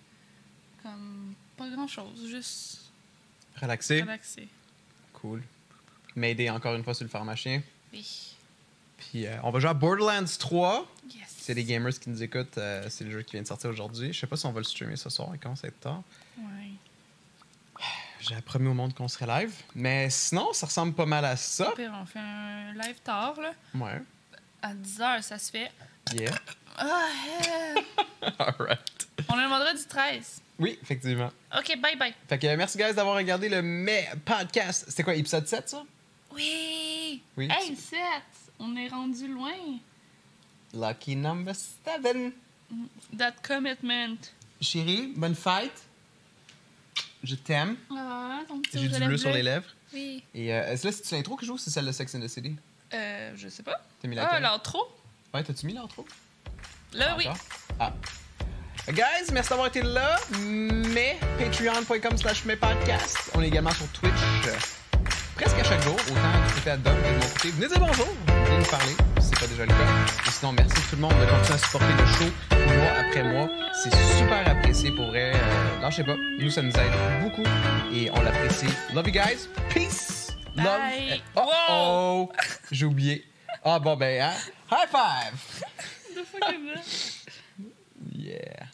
comme pas grand-chose, juste
Relaxé?
relaxer.
Cool. M'aider encore une fois sur le pharmacien.
Oui.
Puis euh, on va jouer à Borderlands 3.
Yes.
C'est les gamers qui nous écoutent. euh, c'est le jeu qui vient de sortir aujourd'hui. Je sais pas si on va le streamer ce soir. Il commence à être tard.
Ouais.
J'ai promis au monde qu'on serait live. Mais sinon, ça ressemble pas mal à ça.
Au pire, on fait un live tard, là.
Ouais.
À 10h, ça se fait.
Yeah. [laughs]
Ah, euh,
Alright.
on le demandera du 13.
Oui, effectivement.
OK, bye bye.
Fait que euh, merci, guys, d'avoir regardé le mai podcast. C'était quoi, épisode 7, ça?
Oui!
Oui.
Hey, 7! On est rendu loin.
Lucky number 7.
That commitment.
Chérie, bonne fête. Je t'aime.
Ah, ton petit rouge
J'ai du
à
bleu
lèvres
sur
bleu.
les lèvres.
Oui.
Et euh, est-ce là, c'est-tu l'intro qui joue ou c'est celle de Sex and the City?
Euh, je sais pas.
T'as mis
Ah,
laquelle?
l'intro?
Ouais, t'as-tu mis l'intro?
Là, Euh, oui.
Encore? Ah. Guys, merci d'avoir été là. Mais patreon.com slash mes podcasts. On est également sur Twitch euh, presque à chaque jour. Autant du côté à Dom que de mon côté. Venez dire bonjour. Venez nous parler si c'est pas déjà le cas. Et sinon, merci tout le monde de continuer à supporter le show mois après mois. C'est super apprécié pour vrai. Euh, lâchez pas. Nous, ça nous aide beaucoup et on l'apprécie. Love you guys. Peace. Love.
Bye.
Oh, oh. J'ai oublié. Ah bon, ben, hein? High five.
The fuck is that?
Yeah.